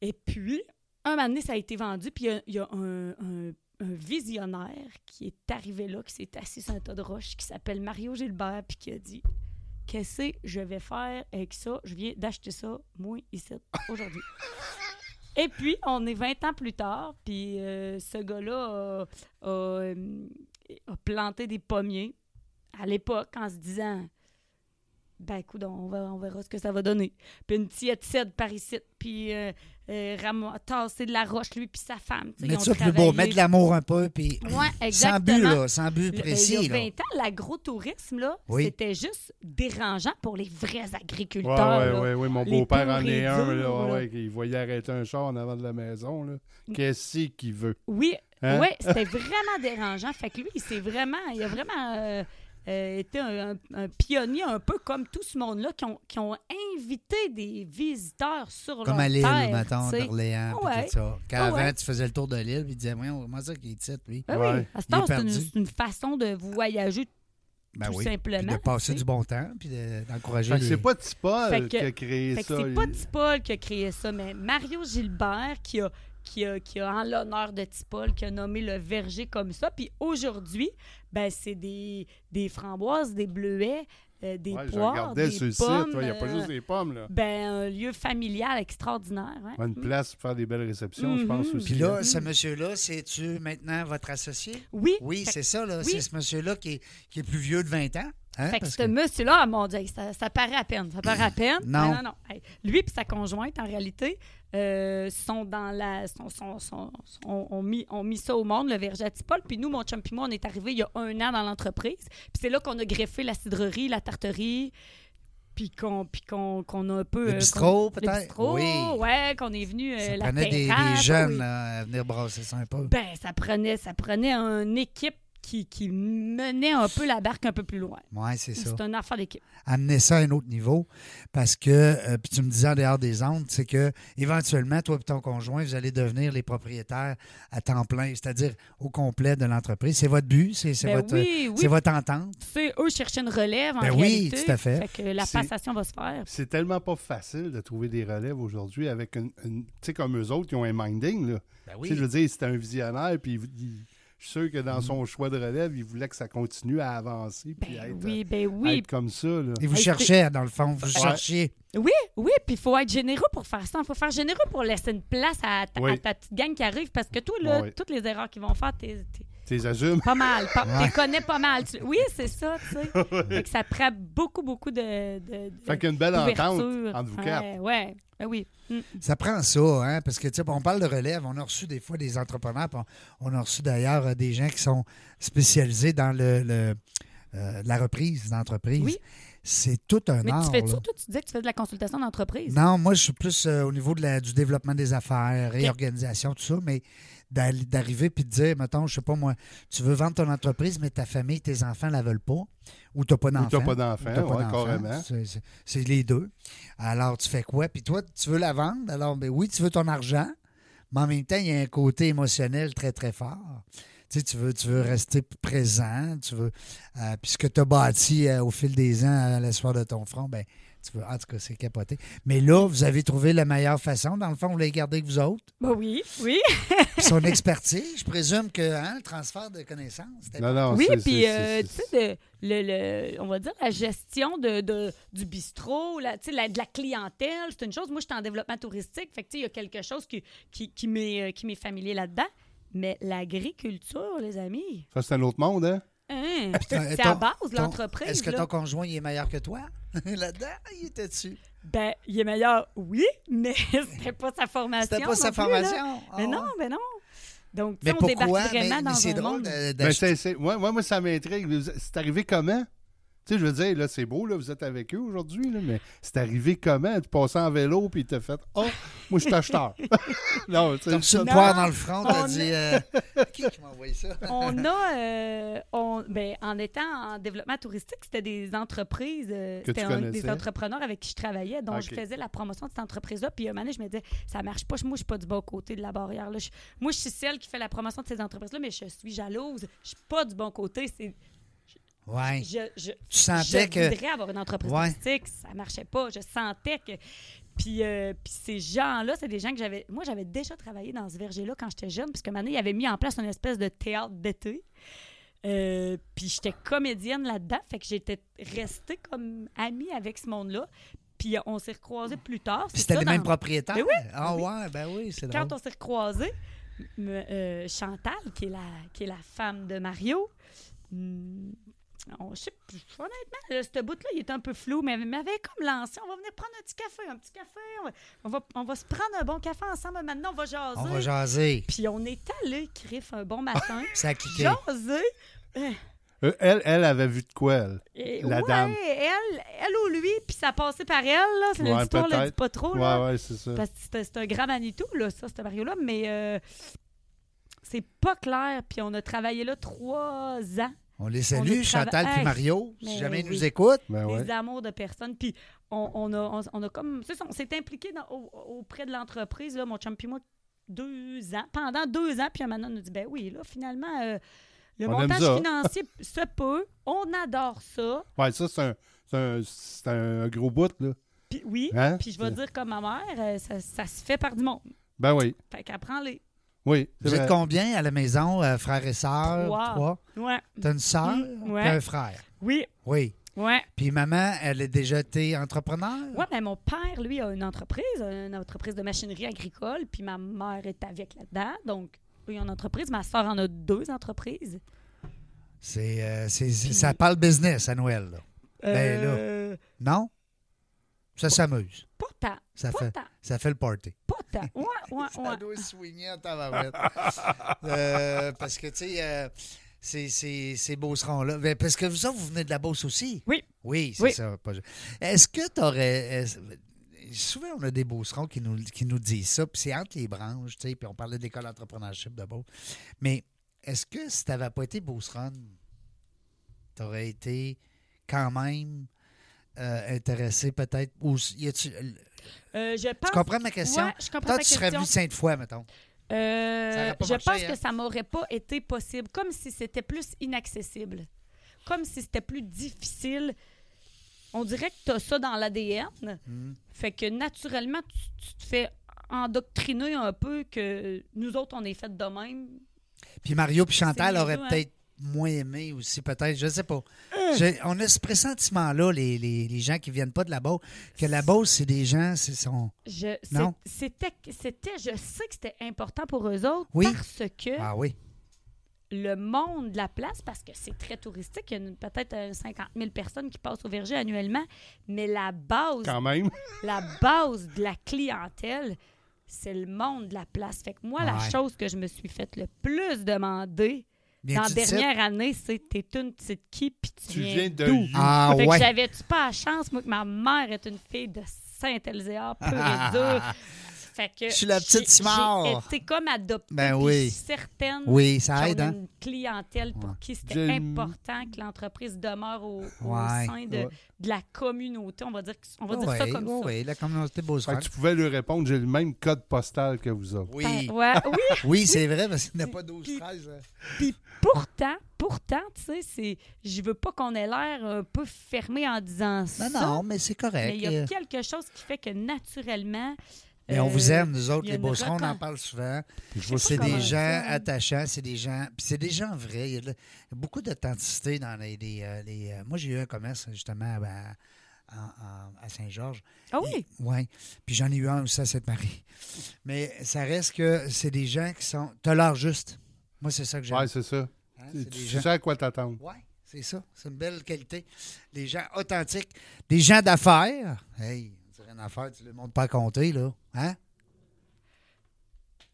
[SPEAKER 3] Et puis, un moment donné, ça a été vendu, puis il y a- il y, a un, un- un visionnaire qui est arrivé là, qui s'est assis sur un tas de roches, qui s'appelle Mario Gilbert, puis qui a dit Qu'est-ce que je vais faire avec ça Je viens d'acheter ça, moi, ici, aujourd'hui. Et puis, on est 20 ans plus tard, puis euh, ce gars-là a, a, euh, a planté des pommiers à l'époque en se disant ben écoute, on, va, on verra ce que ça va donner. Puis une petite cède par ici, puis euh, euh, ramo- tasser de la roche, lui, puis sa femme. tu sais, ils
[SPEAKER 1] Mettre
[SPEAKER 3] ont
[SPEAKER 1] ça plus beau,
[SPEAKER 3] travaillé.
[SPEAKER 1] mettre de l'amour un peu, puis
[SPEAKER 3] Ouais,
[SPEAKER 1] sans but,
[SPEAKER 3] exactement.
[SPEAKER 1] là, sans but
[SPEAKER 3] Le- ben,
[SPEAKER 1] précis.
[SPEAKER 3] Il y a
[SPEAKER 1] là.
[SPEAKER 3] 20 ans, l'agrotourisme, là,
[SPEAKER 1] Oui.
[SPEAKER 3] c'était juste dérangeant pour les vrais
[SPEAKER 2] Oui,
[SPEAKER 3] agriculteurs.
[SPEAKER 2] oui,
[SPEAKER 3] là.
[SPEAKER 2] oui, mon
[SPEAKER 3] les
[SPEAKER 2] beau-père
[SPEAKER 3] pauvres
[SPEAKER 2] en est
[SPEAKER 3] et
[SPEAKER 2] un,
[SPEAKER 3] durs,
[SPEAKER 2] là, ouais,
[SPEAKER 3] là. Mm.
[SPEAKER 2] ouais, il voyait arrêter un char en avant de la maison. là. Qu'est-ce qu'il veut?
[SPEAKER 3] Oui,
[SPEAKER 2] Hein?
[SPEAKER 3] ouais, c'était vraiment dérangeant. Fait que lui, il s'est vraiment, il a vraiment euh, euh, été un, un- un pionnier un peu comme tout ce monde-là qui ont, qui ont invité des visiteurs sur leur
[SPEAKER 1] Comme à l'île,
[SPEAKER 3] terre,
[SPEAKER 1] mettons,
[SPEAKER 3] tu sais.
[SPEAKER 1] d'Orléans, puis
[SPEAKER 3] Ouais.
[SPEAKER 1] tout ça. Quand
[SPEAKER 3] Ouais.
[SPEAKER 1] avant, tu faisais le tour de l'île, puis tu disais, voyons, comment ça qu'il est titre, lui?
[SPEAKER 3] Ben
[SPEAKER 2] Ouais.
[SPEAKER 3] oui, à cette
[SPEAKER 1] Il est
[SPEAKER 3] heure, c'est une,
[SPEAKER 1] perdu.
[SPEAKER 3] c'est une façon de voyager
[SPEAKER 1] Ben
[SPEAKER 3] tout
[SPEAKER 1] oui. Puis
[SPEAKER 3] simplement.
[SPEAKER 1] de passer
[SPEAKER 3] tu
[SPEAKER 1] du
[SPEAKER 3] sais.
[SPEAKER 1] bon temps, puis de- d'encourager
[SPEAKER 2] Fait que
[SPEAKER 1] les...
[SPEAKER 2] Ben, c'est pas Tipol
[SPEAKER 3] Fait que-
[SPEAKER 2] qui a créé
[SPEAKER 3] Fait que
[SPEAKER 2] ça.
[SPEAKER 3] c'est pas
[SPEAKER 2] il-
[SPEAKER 3] Tipol qui a créé ça, mais Mario Gilbert qui a, qui a, qui a en l'honneur de Tipol, qui a nommé le verger comme ça. Puis aujourd'hui, ben, c'est des, des framboises, des bleuets, euh, des
[SPEAKER 2] Ouais, je
[SPEAKER 3] poires,
[SPEAKER 2] regardais
[SPEAKER 3] des
[SPEAKER 2] sur le site,
[SPEAKER 3] pommes.
[SPEAKER 2] il n'y a pas
[SPEAKER 3] euh,
[SPEAKER 2] juste des pommes. là.
[SPEAKER 3] ben, un lieu familial extraordinaire. hein.
[SPEAKER 2] Une place pour faire des belles réceptions, je pense
[SPEAKER 3] Mhm.
[SPEAKER 2] aussi.
[SPEAKER 1] Puis là,
[SPEAKER 2] hein.
[SPEAKER 1] ce monsieur-là, c'est-tu maintenant votre associé?
[SPEAKER 3] Oui,
[SPEAKER 1] Oui,
[SPEAKER 3] Fait-
[SPEAKER 1] c'est ça, là.
[SPEAKER 3] oui.
[SPEAKER 1] C'est ce monsieur-là qui est, qui est plus vieux de 20 ans. hein,
[SPEAKER 3] Fait que
[SPEAKER 1] parce
[SPEAKER 3] ce monsieur-là, ah, mon Dieu, ça, ça paraît à peine. Ça paraît à peine.
[SPEAKER 1] Non.
[SPEAKER 3] Mais non, non. Hey, Lui et sa conjointe, en réalité, euh, sont dans la. Sont, sont- sont- sont- ont- ont mis, ont mis ça au monde, le verger à Tipol. Puis nous, mon chum puis moi, on est arrivés il y a un an dans l'entreprise. Puis c'est là qu'on a greffé la cidrerie, la tarterie. Puis qu'on puis qu'on- qu'on a un peu.
[SPEAKER 1] Le
[SPEAKER 3] euh,
[SPEAKER 1] bistrot,
[SPEAKER 3] qu'on-
[SPEAKER 1] peut-être?
[SPEAKER 3] Le bistrot,
[SPEAKER 1] Oui.
[SPEAKER 3] ouais, qu'on est venu. euh,
[SPEAKER 1] ça
[SPEAKER 3] la
[SPEAKER 1] prenait des, des
[SPEAKER 3] terrasse,
[SPEAKER 1] jeunes
[SPEAKER 3] oui.
[SPEAKER 1] là, à venir brasser ça un peu.
[SPEAKER 3] Ben, ça prenait, ça prenait une équipe qui, qui menait un peu la barque un peu plus loin.
[SPEAKER 1] Oui, c'est ça.
[SPEAKER 3] C'est un affaire d'équipe.
[SPEAKER 1] Amener ça à un autre niveau. Parce que, euh, puis tu me disais en dehors des ondes, c'est que éventuellement, toi et ton conjoint, vous allez devenir les propriétaires à temps plein, c'est-à-dire au complet de l'entreprise. C'est votre but, c'est c'est
[SPEAKER 3] Ben
[SPEAKER 1] votre, euh,
[SPEAKER 3] oui, oui.
[SPEAKER 1] c'est votre entente.
[SPEAKER 3] Tu sais, eux cherchaient une relève en
[SPEAKER 1] Ben oui,
[SPEAKER 3] réalité.
[SPEAKER 1] tout à fait.
[SPEAKER 3] que la
[SPEAKER 2] C'est-
[SPEAKER 3] passation va se faire.
[SPEAKER 2] C'est tellement pas facile de trouver des relèves aujourd'hui avec une. une- tu sais, comme eux autres, ils ont un minding. Là. Tu sais, Je veux dire, c'était un visionnaire, puis il- il- je suis sûr que dans son choix de relève, il voulait que ça continue à avancer, puis à
[SPEAKER 3] Ben
[SPEAKER 2] être,
[SPEAKER 1] euh,
[SPEAKER 3] oui, ben
[SPEAKER 2] à
[SPEAKER 3] oui.
[SPEAKER 2] être comme ça. Là.
[SPEAKER 1] Et vous
[SPEAKER 3] Hey, c'est-
[SPEAKER 1] cherchez, dans le fond, vous
[SPEAKER 2] Ouais.
[SPEAKER 1] cherchiez.
[SPEAKER 3] Oui, oui, puis il faut être généreux pour faire ça. Il faut faire généreux pour laisser une place à ta,
[SPEAKER 2] Oui.
[SPEAKER 3] à ta petite gang qui arrive parce que toi, là,
[SPEAKER 2] Ouais, ouais.
[SPEAKER 3] toutes les erreurs qu'ils vont faire, t'es t'es
[SPEAKER 2] Tu les assumes.
[SPEAKER 3] pas mal. pas-
[SPEAKER 1] Ouais.
[SPEAKER 3] T'es connais pas mal. Tu- Oui, c'est ça, tu sais. Fait que ça prend beaucoup, beaucoup de. de, de
[SPEAKER 2] Fait qu'il y a une belle entente
[SPEAKER 3] d'ouverture.
[SPEAKER 2] entre vous quatre.
[SPEAKER 3] ouais, ouais, ben oui. Mm.
[SPEAKER 1] Ça prend ça, hein, parce que, tu sais, on parle de relève. On a reçu des fois des entrepreneurs, puis on, on a reçu d'ailleurs euh, des gens qui sont spécialisés dans le, le, euh, la reprise d'entreprise.
[SPEAKER 3] Oui.
[SPEAKER 1] C'est tout un
[SPEAKER 3] Mais
[SPEAKER 1] art.
[SPEAKER 3] tu fais
[SPEAKER 1] là.
[SPEAKER 3] tout, toi, tu disais que tu fais de la consultation d'entreprise.
[SPEAKER 1] Non, moi, je suis plus euh, au niveau de la- du développement des affaires, réorganisation, tout ça, mais d'all- d'arriver puis de dire, mettons, je sais pas moi, tu veux vendre ton entreprise, mais ta famille, tes enfants la veulent pas, ou t'as pas
[SPEAKER 2] Ou
[SPEAKER 1] d'enfants.
[SPEAKER 2] t'as pas
[SPEAKER 1] Ou t'as
[SPEAKER 2] d'enfant,
[SPEAKER 1] pas
[SPEAKER 2] Ah ouais,
[SPEAKER 1] d'enfant.
[SPEAKER 2] carrément.
[SPEAKER 1] C'est- c'est- C'est les deux. Alors, tu fais quoi? Puis toi, tu veux la vendre. Alors, ben oui, tu veux ton argent, mais en même temps, il y a un côté émotionnel très, très fort. Tu sais, tu veux, tu veux rester présent, tu veux. euh, puis ce que tu as bâti euh, au fil des ans à l'espoir de ton front, ben tu veux. En tout cas, c'est capoté. Mais là, vous avez trouvé la meilleure façon. Dans le fond, vous l'avez gardé que vous autres.
[SPEAKER 3] Ben oui, oui.
[SPEAKER 1] Puis son expertise, je présume que hein, le transfert de connaissances, c'était
[SPEAKER 2] Non, non,
[SPEAKER 3] Oui,
[SPEAKER 2] c'est-
[SPEAKER 3] puis
[SPEAKER 2] c'est- c'est-
[SPEAKER 3] euh, tu sais, de- le, le- on va dire la gestion de, de- du bistrot, la, tu sais, la- de la clientèle, c'est une chose. Moi, je suis en développement touristique, fait que tu sais, il y a quelque chose qui, qui, qui m'est euh, qui m'est familier là-dedans. Mais l'agriculture, les amis,
[SPEAKER 2] Ça, c'est un autre monde, hein?
[SPEAKER 3] hein,
[SPEAKER 1] ton-
[SPEAKER 3] c'est
[SPEAKER 1] Ah, Euh, ton-
[SPEAKER 3] à base de
[SPEAKER 1] ton-
[SPEAKER 3] l'entreprise.
[SPEAKER 1] Est-ce que
[SPEAKER 3] là.
[SPEAKER 1] ton conjoint il est meilleur que toi? Là-dedans, il était dessus.
[SPEAKER 3] Ben, il est meilleur, oui, mais c'était pas sa formation.
[SPEAKER 1] C'était pas sa
[SPEAKER 3] non plus, là.
[SPEAKER 1] formation. Ah
[SPEAKER 3] mais
[SPEAKER 1] ouais.
[SPEAKER 3] non, mais non. Donc, tu
[SPEAKER 1] Mais
[SPEAKER 3] sais, on débarque
[SPEAKER 1] pourquoi? Mais,
[SPEAKER 3] vraiment
[SPEAKER 1] mais
[SPEAKER 3] dans
[SPEAKER 1] c'est
[SPEAKER 3] un
[SPEAKER 1] drôle
[SPEAKER 3] monde.
[SPEAKER 1] de-
[SPEAKER 2] Ben,
[SPEAKER 1] d'acheter.
[SPEAKER 2] c'est- c'est- ouais, ouais, moi, ça m'intrigue. Vous- C'est arrivé comment? Tu sais, je veux dire, là, c'est beau, là, vous êtes avec eux aujourd'hui, là, mais c'est arrivé comment? Tu passais en vélo, puis t'as fait « Oh, moi, je suis acheteur! » Non, tu sais,
[SPEAKER 1] Comme ça,
[SPEAKER 3] Non,
[SPEAKER 1] poire dans le front, t'as
[SPEAKER 3] on-
[SPEAKER 1] dit... euh, qui qui m'a envoyé ça?
[SPEAKER 3] on a, euh, on, ben, en étant en développement touristique, c'était des entreprises, euh,
[SPEAKER 2] Que tu
[SPEAKER 3] c'était un-
[SPEAKER 2] connaissais.
[SPEAKER 3] des entrepreneurs avec qui je travaillais, dont
[SPEAKER 2] Ok.
[SPEAKER 3] je faisais la promotion de cette entreprise-là. Puis un moment donné, je me disais, ça marche pas, moi, je suis pas du bon côté de la barrière. là. Je- moi, je suis celle qui fait la promotion de ces entreprises-là, mais je suis jalouse. Je suis pas du bon côté. C'est,
[SPEAKER 1] Ouais.
[SPEAKER 3] je, je,
[SPEAKER 1] Tu sentais
[SPEAKER 3] je
[SPEAKER 1] que...
[SPEAKER 3] voudrais avoir une entreprise
[SPEAKER 1] Ouais.
[SPEAKER 3] touristique. Ça marchait pas. Je sentais que. Puis, euh, puis ces gens-là, c'est des gens que j'avais. Moi, j'avais déjà travaillé dans ce verger-là quand j'étais jeune, puisque maintenant, il avait mis en place une espèce de théâtre d'été. Euh, puis j'étais comédienne là-dedans, fait que j'étais restée comme amie avec ce monde-là. Puis euh, on s'est recroisés plus tard.
[SPEAKER 1] Puis
[SPEAKER 3] C'est
[SPEAKER 1] c'était
[SPEAKER 3] ça,
[SPEAKER 1] les
[SPEAKER 3] dans-
[SPEAKER 1] mêmes propriétaires.
[SPEAKER 3] Ben
[SPEAKER 1] Ah
[SPEAKER 3] oui.
[SPEAKER 1] ouais, ben oui, c'est drôle.
[SPEAKER 3] quand on s'est recroisés, m- euh, Chantal, qui est, la, qui est la femme de Mario, mm, on- je sais, plus, honnêtement, là, ce bout-là, il est un peu flou, mais il m'avait comme lancé. On va venir prendre un petit café, un petit café. On va, on va, on va se prendre un bon café ensemble. Maintenant, on va jaser.
[SPEAKER 1] On va jaser.
[SPEAKER 3] Puis on est allé, Criff, un bon matin.
[SPEAKER 1] Ça a cliqué.
[SPEAKER 3] jaser.
[SPEAKER 2] Euh, elle, elle avait vu de quoi, elle?
[SPEAKER 3] Et,
[SPEAKER 2] La
[SPEAKER 3] ouais,
[SPEAKER 2] dame.
[SPEAKER 3] Elle, elle ou lui, puis ça passait par elle. Là. C'est
[SPEAKER 2] Ouais,
[SPEAKER 3] l'histoire, là,
[SPEAKER 2] peut-être.
[SPEAKER 3] dit pas
[SPEAKER 1] Oh,
[SPEAKER 3] trop. là.
[SPEAKER 2] Ouais, ouais, c'est ça.
[SPEAKER 3] Parce que c'était- c'est un grand Manitou, là, ça, ce Mario-là, mais euh, c'est pas clair. Puis on a travaillé là trois ans,
[SPEAKER 1] On les
[SPEAKER 3] On
[SPEAKER 1] salue,
[SPEAKER 3] les trava-
[SPEAKER 1] Chantal puis
[SPEAKER 3] Hey,
[SPEAKER 1] Mario, si
[SPEAKER 3] mais
[SPEAKER 1] jamais ils
[SPEAKER 3] oui.
[SPEAKER 1] nous écoutent.
[SPEAKER 2] Ben ouais.
[SPEAKER 3] des amours de personnes. Puis on, on a, on, on a comme. C'est ça, on s'est impliqué dans- au- auprès de l'entreprise, là, mon chum puis moi, deux ans, pendant deux ans. Puis un moment, donné, on a dit, ben oui, là, finalement, euh, le
[SPEAKER 2] On aime
[SPEAKER 3] montage
[SPEAKER 2] ça.
[SPEAKER 3] financier se peut. On adore ça.
[SPEAKER 2] Ouais, ça, c'est un, c'est un, c'est un gros bout, là.
[SPEAKER 3] Puis oui.
[SPEAKER 2] Hein?
[SPEAKER 3] Puis je vais dire comme ma mère, euh, ça, ça se fait par du monde.
[SPEAKER 2] Ben oui.
[SPEAKER 3] Fait qu'apprends-les.
[SPEAKER 2] Oui. c'est
[SPEAKER 1] Vous êtes
[SPEAKER 2] vrai.
[SPEAKER 1] combien à la maison, euh, frères et sœurs?
[SPEAKER 3] Trois. Ouais.
[SPEAKER 1] T'as une sœur
[SPEAKER 3] Mm, ouais.
[SPEAKER 1] puis un frère.
[SPEAKER 3] Oui.
[SPEAKER 1] Oui.
[SPEAKER 3] Ouais.
[SPEAKER 1] Puis maman, elle a déjà été entrepreneur?
[SPEAKER 3] Oui, mais ben, mon père, lui, a une entreprise, une entreprise de machinerie agricole, puis ma mère est avec là-dedans. Donc, lui, il a une entreprise. Ma soeur en a deux entreprises.
[SPEAKER 1] C'est, euh, c'est- c'est- ça parle business à Noël, là. Ben, là.
[SPEAKER 3] Euh,
[SPEAKER 1] Non? Ça s'amuse.
[SPEAKER 3] Pas tant,
[SPEAKER 1] Ça
[SPEAKER 3] pas
[SPEAKER 1] fait,
[SPEAKER 3] tant,
[SPEAKER 1] ça fait le party.
[SPEAKER 3] pas tant. Ouais, ouais, ouais.
[SPEAKER 1] doit swinguer en tabarouette. Euh, parce que, tu sais, euh, ces, ces, ces beaucerons-là. Ben, parce que vous autres, vous venez de la Beauce aussi.
[SPEAKER 3] Oui.
[SPEAKER 1] Oui, c'est
[SPEAKER 3] Oui.
[SPEAKER 1] ça. pas- Est-ce que tu aurais. Souvent, on a des beaucerons qui nous, qui nous disent ça, puis c'est entre les branches, tu sais, puis on parlait de l'école d'entrepreneurship de Beauce. Mais est-ce que si tu n'avais pas été beauceronne, tu aurais été quand même euh, intéressé peut-être? Ou s- y a-tu- Tu
[SPEAKER 3] Euh, je pense.
[SPEAKER 1] comprends ma question?
[SPEAKER 3] Ouais, je comprends
[SPEAKER 1] Toi,
[SPEAKER 3] ta
[SPEAKER 1] tu serais
[SPEAKER 3] question.
[SPEAKER 1] venu cinq fois, mettons.
[SPEAKER 3] Euh,
[SPEAKER 1] Ça aurait pas
[SPEAKER 3] je
[SPEAKER 1] marché,
[SPEAKER 3] pense
[SPEAKER 1] hein?
[SPEAKER 3] que ça m'aurait pas été possible, comme si c'était plus inaccessible, comme si c'était plus difficile. On dirait que tu as ça dans l'ADN,
[SPEAKER 1] Mhm.
[SPEAKER 3] fait que naturellement, tu, tu te fais endoctriner un peu que nous autres, on est fait de même.
[SPEAKER 1] Puis Mario puis Chantal
[SPEAKER 3] les
[SPEAKER 1] auraient
[SPEAKER 3] deux, hein.
[SPEAKER 1] peut-être moins aimé aussi, peut-être, je sais pas. Je- on a ce pressentiment-là, les, les- les gens qui viennent pas de la Beauce, que la Beauce, c'est des gens, c'est son...
[SPEAKER 3] Je, c'est-
[SPEAKER 1] Non.
[SPEAKER 3] C'était, c'était, je sais que c'était important pour eux autres
[SPEAKER 1] Oui.
[SPEAKER 3] parce que
[SPEAKER 1] Ah oui,
[SPEAKER 3] le monde de la place, parce que c'est très touristique, il y a une- peut-être euh, 50 000 personnes qui passent au verger annuellement, mais la base
[SPEAKER 2] Quand même.
[SPEAKER 3] la base de la clientèle, c'est le monde de la place. Fait que moi, la
[SPEAKER 1] Ouais.
[SPEAKER 3] chose que je me suis faite le plus demander
[SPEAKER 1] Viens-tu
[SPEAKER 3] dans
[SPEAKER 1] de
[SPEAKER 3] la
[SPEAKER 1] site?
[SPEAKER 3] dernière année, c'est t'es une petite qui, puis tu,
[SPEAKER 2] Tu viens de
[SPEAKER 3] d'où?
[SPEAKER 2] You.
[SPEAKER 1] Ah
[SPEAKER 3] fait que
[SPEAKER 1] ouais,
[SPEAKER 3] j'avais-tu pas la chance, moi, que ma mère est une fille de Saint-Elzéar, pure et dure. Fait que
[SPEAKER 1] Je suis la petite
[SPEAKER 3] j'ai-
[SPEAKER 1] Simard.
[SPEAKER 3] J'ai été comme adoptée.
[SPEAKER 1] Ben
[SPEAKER 3] puis
[SPEAKER 1] oui.
[SPEAKER 3] je suis certaine
[SPEAKER 1] oui, ça
[SPEAKER 3] qu'on
[SPEAKER 1] aide,
[SPEAKER 3] a
[SPEAKER 1] hein?
[SPEAKER 3] une clientèle pour
[SPEAKER 1] Ouais.
[SPEAKER 3] qui
[SPEAKER 2] J'ai
[SPEAKER 3] c'était
[SPEAKER 2] une-
[SPEAKER 3] important que l'entreprise demeure au, au
[SPEAKER 1] Ouais.
[SPEAKER 3] sein de,
[SPEAKER 2] Ouais.
[SPEAKER 3] de la communauté. On va dire, que- on va dire ça
[SPEAKER 1] Oui,
[SPEAKER 3] comme
[SPEAKER 1] oui,
[SPEAKER 3] ça.
[SPEAKER 1] oui, la communauté
[SPEAKER 2] Fait
[SPEAKER 1] Beaucerons.
[SPEAKER 2] que tu pouvais lui répondre, j'ai le même code postal que vous autres.
[SPEAKER 1] Oui,
[SPEAKER 3] Ben, ouais, oui,
[SPEAKER 1] Ah, oui c'est vrai, parce qu'il n'y a pas 12-13. hein.
[SPEAKER 3] Puis pourtant, pourtant, tu sais, c'est, je veux pas qu'on ait l'air un peu fermé en disant ça.
[SPEAKER 1] Non, non, mais c'est
[SPEAKER 3] Mais
[SPEAKER 1] correct. Euh,
[SPEAKER 3] il y a quelque chose qui fait que naturellement.
[SPEAKER 1] Mais on
[SPEAKER 3] euh,
[SPEAKER 1] vous aime, nous autres,
[SPEAKER 3] il y a
[SPEAKER 1] les
[SPEAKER 3] une
[SPEAKER 1] Beaucerons, on en
[SPEAKER 3] recon-
[SPEAKER 1] parle souvent.
[SPEAKER 2] Je vois
[SPEAKER 1] C'est
[SPEAKER 3] pas
[SPEAKER 1] des
[SPEAKER 3] comment
[SPEAKER 1] gens
[SPEAKER 3] ça.
[SPEAKER 1] attachants, c'est des gens. Puis c'est des gens vrais. Il y a, de la- beaucoup d'authenticité dans les. les, euh, les, euh, moi, j'ai eu un commerce, justement, à, à- à- à Saint-Georges.
[SPEAKER 3] Ah oui,
[SPEAKER 1] Oui. Puis j'en ai eu un aussi à Sainte-Marie. Mais ça reste que c'est des gens qui sont. T'as l'heure juste. Moi, c'est ça que j'aime.
[SPEAKER 2] Ouais, c'est ça.
[SPEAKER 1] Hein,
[SPEAKER 2] Tu
[SPEAKER 1] c'est
[SPEAKER 2] tu
[SPEAKER 1] des gens.
[SPEAKER 2] sais à quoi t'attendre.
[SPEAKER 1] Oui, c'est ça. C'est une belle qualité. Des gens authentiques, des gens d'affaires. Hey, on dirait une affaire, tu le montres pas à compter, là. Hein?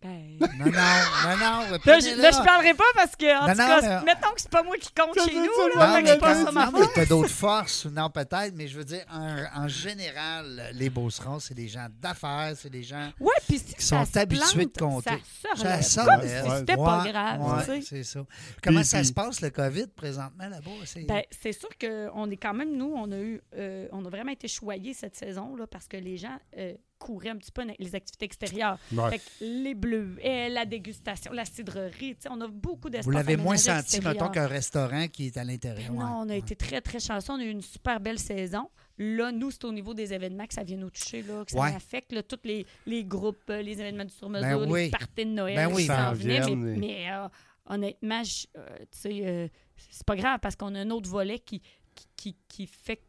[SPEAKER 3] Ben,
[SPEAKER 1] Non, non, non, non.
[SPEAKER 3] Là,
[SPEAKER 1] reprenez-la.
[SPEAKER 3] je, là, je parlerai pas parce que, en
[SPEAKER 1] Non,
[SPEAKER 3] tout
[SPEAKER 1] non,
[SPEAKER 3] cas,
[SPEAKER 1] mais-
[SPEAKER 3] mettons que c'est pas moi qui compte
[SPEAKER 2] Ça,
[SPEAKER 3] chez
[SPEAKER 2] ça,
[SPEAKER 3] nous,
[SPEAKER 2] ça,
[SPEAKER 3] là,
[SPEAKER 2] non,
[SPEAKER 3] fait que c'est
[SPEAKER 2] mais
[SPEAKER 3] pas
[SPEAKER 2] quand-
[SPEAKER 3] ça ma
[SPEAKER 1] non,
[SPEAKER 3] faute.
[SPEAKER 1] mais t'as d'autres forces, ou non, peut-être, mais je veux dire, en, en général, les Beaucerons, c'est des gens d'affaires, c'est des gens
[SPEAKER 3] Ouais, puis si
[SPEAKER 1] qui
[SPEAKER 3] ça
[SPEAKER 1] sont
[SPEAKER 3] se
[SPEAKER 1] habitués de
[SPEAKER 3] plante,
[SPEAKER 1] compter.
[SPEAKER 3] Ça
[SPEAKER 1] Ça
[SPEAKER 3] sort.
[SPEAKER 1] sort
[SPEAKER 3] Ah, Comme
[SPEAKER 1] de-
[SPEAKER 3] si
[SPEAKER 2] ouais.
[SPEAKER 3] c'était pas
[SPEAKER 1] Ouais,
[SPEAKER 3] grave,
[SPEAKER 1] ouais,
[SPEAKER 3] tu sais.
[SPEAKER 1] c'est ça. Comment ça
[SPEAKER 2] puis-
[SPEAKER 1] se passe, le COVID, présentement, là-bas? C'est-
[SPEAKER 3] Ben, c'est sûr qu'on est quand même, nous, on a eu, euh, on a vraiment été choyés cette saison là, parce que les gens euh, couraient un petit peu les activités extérieures.
[SPEAKER 2] Ouais.
[SPEAKER 3] Fait que les bleuets, la dégustation, la cidrerie, tu sais, on a beaucoup d'espace.
[SPEAKER 1] Vous l'avez moins
[SPEAKER 3] aménagé
[SPEAKER 1] senti,
[SPEAKER 3] extérieur.
[SPEAKER 1] mettons, qu'un restaurant qui est à l'intérieur.
[SPEAKER 3] Ben
[SPEAKER 1] ouais.
[SPEAKER 3] Non, on a été très, très chanceux. On a eu une super belle saison. Là, nous, c'est au niveau des événements que ça vient nous toucher, là, que ça
[SPEAKER 1] Ouais.
[SPEAKER 3] nous affecte. là, tous les, les groupes, euh, les événements du sur-mesure,
[SPEAKER 1] Ben oui.
[SPEAKER 3] les parties de Noël
[SPEAKER 1] Ben oui.
[SPEAKER 3] qui s'en
[SPEAKER 2] S'en
[SPEAKER 3] venaient. Mais,
[SPEAKER 2] viennent,
[SPEAKER 3] mais, euh, honnêtement, je- euh, tu sais, euh, c'est pas grave parce qu'on a un autre volet qui, qui, qui- qui fait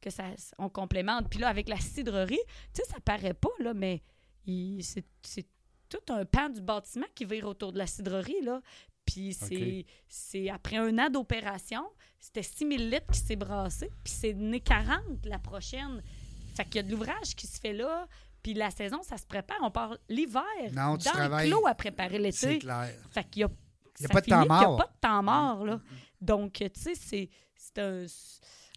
[SPEAKER 3] que ça on complémente. Puis là, avec la cidrerie, tu sais, ça paraît pas, là, mais il- c'est c'est tout un pan du bâtiment qui vire autour de la cidrerie, là. Puis Puis c'est c'est après un an d'opération, c'était 6 000 litres qui s'est brassé, puis c'est né 40 la prochaine. Fait qu'il y a de l'ouvrage qui se fait là, puis la saison, ça se prépare. On part l'hiver
[SPEAKER 1] Non,
[SPEAKER 3] dans
[SPEAKER 1] tu
[SPEAKER 3] le
[SPEAKER 1] travailles.
[SPEAKER 3] clos à préparer
[SPEAKER 1] C'est
[SPEAKER 3] l'été.
[SPEAKER 1] clair.
[SPEAKER 3] Fait qu'il y a,
[SPEAKER 1] Il y a
[SPEAKER 3] ça
[SPEAKER 1] pas de
[SPEAKER 3] finit
[SPEAKER 1] temps
[SPEAKER 3] qu'il y a
[SPEAKER 1] mort. Hum,
[SPEAKER 3] pas de temps mort, là. Donc, tu sais, c'est, c'est un...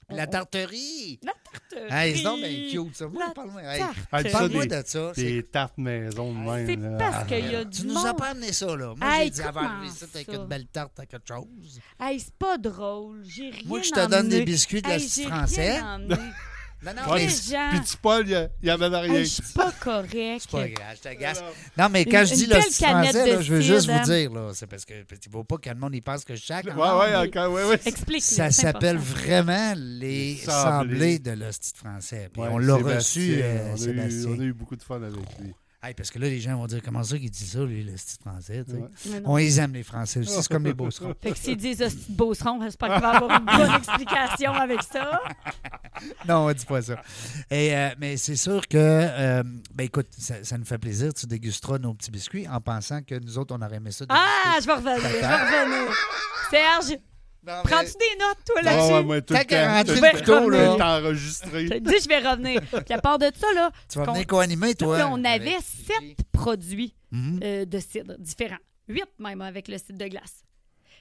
[SPEAKER 3] on-
[SPEAKER 1] La
[SPEAKER 3] on-
[SPEAKER 1] tarterie!
[SPEAKER 3] La tarte. euh,
[SPEAKER 1] Hey, c'est donc bien cute, ça. Moi,
[SPEAKER 3] La
[SPEAKER 1] parle-moi hey,
[SPEAKER 2] Ah, dis
[SPEAKER 3] tarte.
[SPEAKER 2] ça,
[SPEAKER 1] parle-moi
[SPEAKER 2] des-
[SPEAKER 1] de ça. C'est-
[SPEAKER 2] Des tartes maison de même.
[SPEAKER 3] C'est
[SPEAKER 2] là.
[SPEAKER 3] parce qu'il y a
[SPEAKER 2] Arrête.
[SPEAKER 3] du
[SPEAKER 1] Tu nous as
[SPEAKER 3] monde.
[SPEAKER 1] pas amené Ah, ça, là. Moi,
[SPEAKER 3] Hey,
[SPEAKER 1] j'ai dit avant
[SPEAKER 3] comment
[SPEAKER 1] de visite avec
[SPEAKER 3] ça?
[SPEAKER 1] une belle tarte à quelque chose.
[SPEAKER 3] Hey, c'est pas drôle. J'ai rien
[SPEAKER 1] Moi, que je te donne
[SPEAKER 3] emmené.
[SPEAKER 1] des biscuits de la
[SPEAKER 3] Hey,
[SPEAKER 1] petite
[SPEAKER 3] j'ai rien
[SPEAKER 1] française.
[SPEAKER 3] emmené.
[SPEAKER 1] Non, non,
[SPEAKER 2] Ouais,
[SPEAKER 1] mais
[SPEAKER 3] Les
[SPEAKER 1] c'est
[SPEAKER 3] gens.
[SPEAKER 2] Puis tu Paul, il y a- il y avait de rien.
[SPEAKER 3] Hey, je suis pas correct.
[SPEAKER 1] c'est pas grave, je t'agace. Non, mais quand
[SPEAKER 3] Une-
[SPEAKER 1] je dis
[SPEAKER 3] une
[SPEAKER 1] le
[SPEAKER 3] belle
[SPEAKER 1] petit
[SPEAKER 3] canette
[SPEAKER 1] français,
[SPEAKER 3] de
[SPEAKER 1] là, je veux juste
[SPEAKER 3] cidre. hein.
[SPEAKER 1] vous dire, là, c'est parce que parce qu'il faut pas que le monde y pense que chaque.
[SPEAKER 2] Ouais, ouais, encore, ouais, ouais.
[SPEAKER 3] Explique.
[SPEAKER 1] Ça s'appelle vraiment les
[SPEAKER 2] Les
[SPEAKER 1] semblés
[SPEAKER 2] semblés.
[SPEAKER 1] de l'hostie de français. Puis
[SPEAKER 2] Ouais,
[SPEAKER 1] on l'a
[SPEAKER 2] Sébastien,
[SPEAKER 1] reçu, euh,
[SPEAKER 2] on, a eu,
[SPEAKER 1] Sébastien.
[SPEAKER 2] on a eu beaucoup de fun avec lui.
[SPEAKER 1] Hey, parce que là, les gens vont dire comment ça qu'il dit ça, lui, l'hostie de français. tu sais.
[SPEAKER 2] Ouais.
[SPEAKER 1] On les aime, les Français aussi. C'est comme les Beaucerons.
[SPEAKER 3] Fait que s'ils disent hostie de beauceron, j'espère qu'il va avoir une bonne explication avec ça.
[SPEAKER 1] Non, on dit pas ça. Et, euh, mais c'est sûr que, euh, ben écoute, ça, ça nous fait plaisir. Tu dégusteras nos petits biscuits en pensant que nous autres, on aurait aimé ça.
[SPEAKER 3] Ah, je vais revenir, je vais revenir. Serge, prends-tu des notes, toi,
[SPEAKER 2] Ah,
[SPEAKER 3] là-dessus?
[SPEAKER 2] Ouais, ouais, moi, tout
[SPEAKER 1] Tant
[SPEAKER 2] le
[SPEAKER 1] qu'à
[SPEAKER 2] temps,
[SPEAKER 1] rentrer
[SPEAKER 2] tout le
[SPEAKER 3] plus
[SPEAKER 2] temps,
[SPEAKER 3] tôt, là.
[SPEAKER 2] tout enregistré.
[SPEAKER 3] Je te dis, je vais revenir. Puis à part de ça, là,
[SPEAKER 1] tu vas
[SPEAKER 3] qu'on-
[SPEAKER 1] venir co-animer, toi.
[SPEAKER 3] là, on avait
[SPEAKER 1] avec-
[SPEAKER 3] sept produits
[SPEAKER 1] Mhm.
[SPEAKER 3] euh, de cidre différents. Huit même avec le cidre de glace.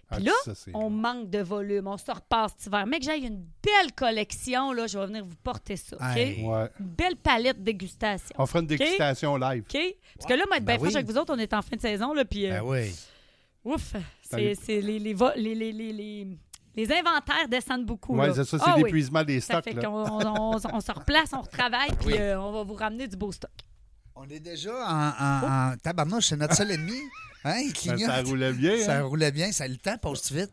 [SPEAKER 2] Ah,
[SPEAKER 3] Puis là,
[SPEAKER 2] ça, c'est-
[SPEAKER 3] On manque de volume, on se repasse cet hiver. Mec, j'ai une belle collection, là, je vais venir vous porter ça, OK?
[SPEAKER 1] Hey.
[SPEAKER 2] Ouais.
[SPEAKER 3] Une belle palette de dégustation, OK?
[SPEAKER 2] On fera une dégustation live.
[SPEAKER 3] Parce que là, moi, être
[SPEAKER 1] Ben
[SPEAKER 3] bien franche
[SPEAKER 1] oui.
[SPEAKER 3] avec vous autres, on est en fin de saison, là, puis... euh,
[SPEAKER 1] Ben oui.
[SPEAKER 3] Ouf,
[SPEAKER 2] Salut.
[SPEAKER 3] c'est c'est les, les, vo- les, les, les, les- les inventaires descendent beaucoup.
[SPEAKER 2] Ouais,
[SPEAKER 3] là.
[SPEAKER 2] c'est ça, c'est
[SPEAKER 3] Ah oui,
[SPEAKER 2] l'épuisement des
[SPEAKER 3] Ça
[SPEAKER 2] stocks.
[SPEAKER 3] fait
[SPEAKER 2] là.
[SPEAKER 3] qu'on on, on- on se replace, on retravaille, puis
[SPEAKER 1] Ben Oui.
[SPEAKER 3] euh, on va vous ramener du beau stock.
[SPEAKER 1] On est déjà en, en,
[SPEAKER 3] Oh.
[SPEAKER 1] en tabarnouche. C'est notre seul ennemi. Hein, il
[SPEAKER 2] Ben,
[SPEAKER 1] clignote.
[SPEAKER 2] ça roulait bien.
[SPEAKER 1] Ça
[SPEAKER 2] hein.
[SPEAKER 1] roulait bien. Ça, le temps passe vite.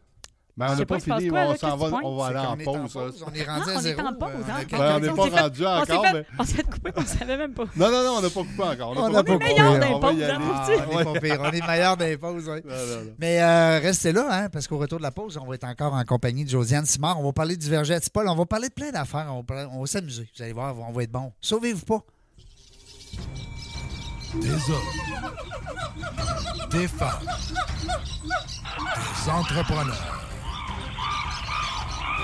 [SPEAKER 2] Mais
[SPEAKER 3] Je
[SPEAKER 2] on
[SPEAKER 3] sais
[SPEAKER 2] n'a
[SPEAKER 3] pas,
[SPEAKER 2] pas
[SPEAKER 3] il se passe
[SPEAKER 2] fini.
[SPEAKER 3] quoi, là,
[SPEAKER 2] On
[SPEAKER 3] qu'est-ce
[SPEAKER 2] s'en va,
[SPEAKER 3] qui se
[SPEAKER 2] on va aller
[SPEAKER 1] C'est
[SPEAKER 2] en
[SPEAKER 1] qu'on est
[SPEAKER 2] pause. là.
[SPEAKER 1] On est rendu
[SPEAKER 3] Ah,
[SPEAKER 1] à
[SPEAKER 3] on est
[SPEAKER 1] zéro.
[SPEAKER 3] en pause,
[SPEAKER 1] euh,
[SPEAKER 3] hein.
[SPEAKER 1] avec-
[SPEAKER 2] Ouais, Ben, on n'est
[SPEAKER 3] On
[SPEAKER 2] pas
[SPEAKER 3] s'est fait-
[SPEAKER 2] rendu
[SPEAKER 3] On s'est
[SPEAKER 2] encore,
[SPEAKER 3] fait,
[SPEAKER 2] mais.
[SPEAKER 3] on s'est fait couper, on savait même pas.
[SPEAKER 2] Non, non, non, on n'a pas coupé encore.
[SPEAKER 1] On
[SPEAKER 2] On
[SPEAKER 1] n'a pas
[SPEAKER 2] n'a pas
[SPEAKER 1] coupé.
[SPEAKER 2] coupé.
[SPEAKER 1] On est
[SPEAKER 2] On va y
[SPEAKER 3] meilleurs
[SPEAKER 2] aller.
[SPEAKER 3] d'impôts,
[SPEAKER 1] Ah,
[SPEAKER 3] tu sais.
[SPEAKER 1] on est pas pire. On est meilleurs dans les pauses, oui.
[SPEAKER 2] Non, non, non.
[SPEAKER 1] Mais euh, restez là, hein, parce qu'au retour de la pause, on va être encore en compagnie de Josiane Simard. On va parler du verger à Tipol. On va parler de plein d'affaires. On va, parler- on va s'amuser. Vous allez voir, on va être bon. Sauvez-vous pas.
[SPEAKER 4] des hommes, des femmes, des entrepreneurs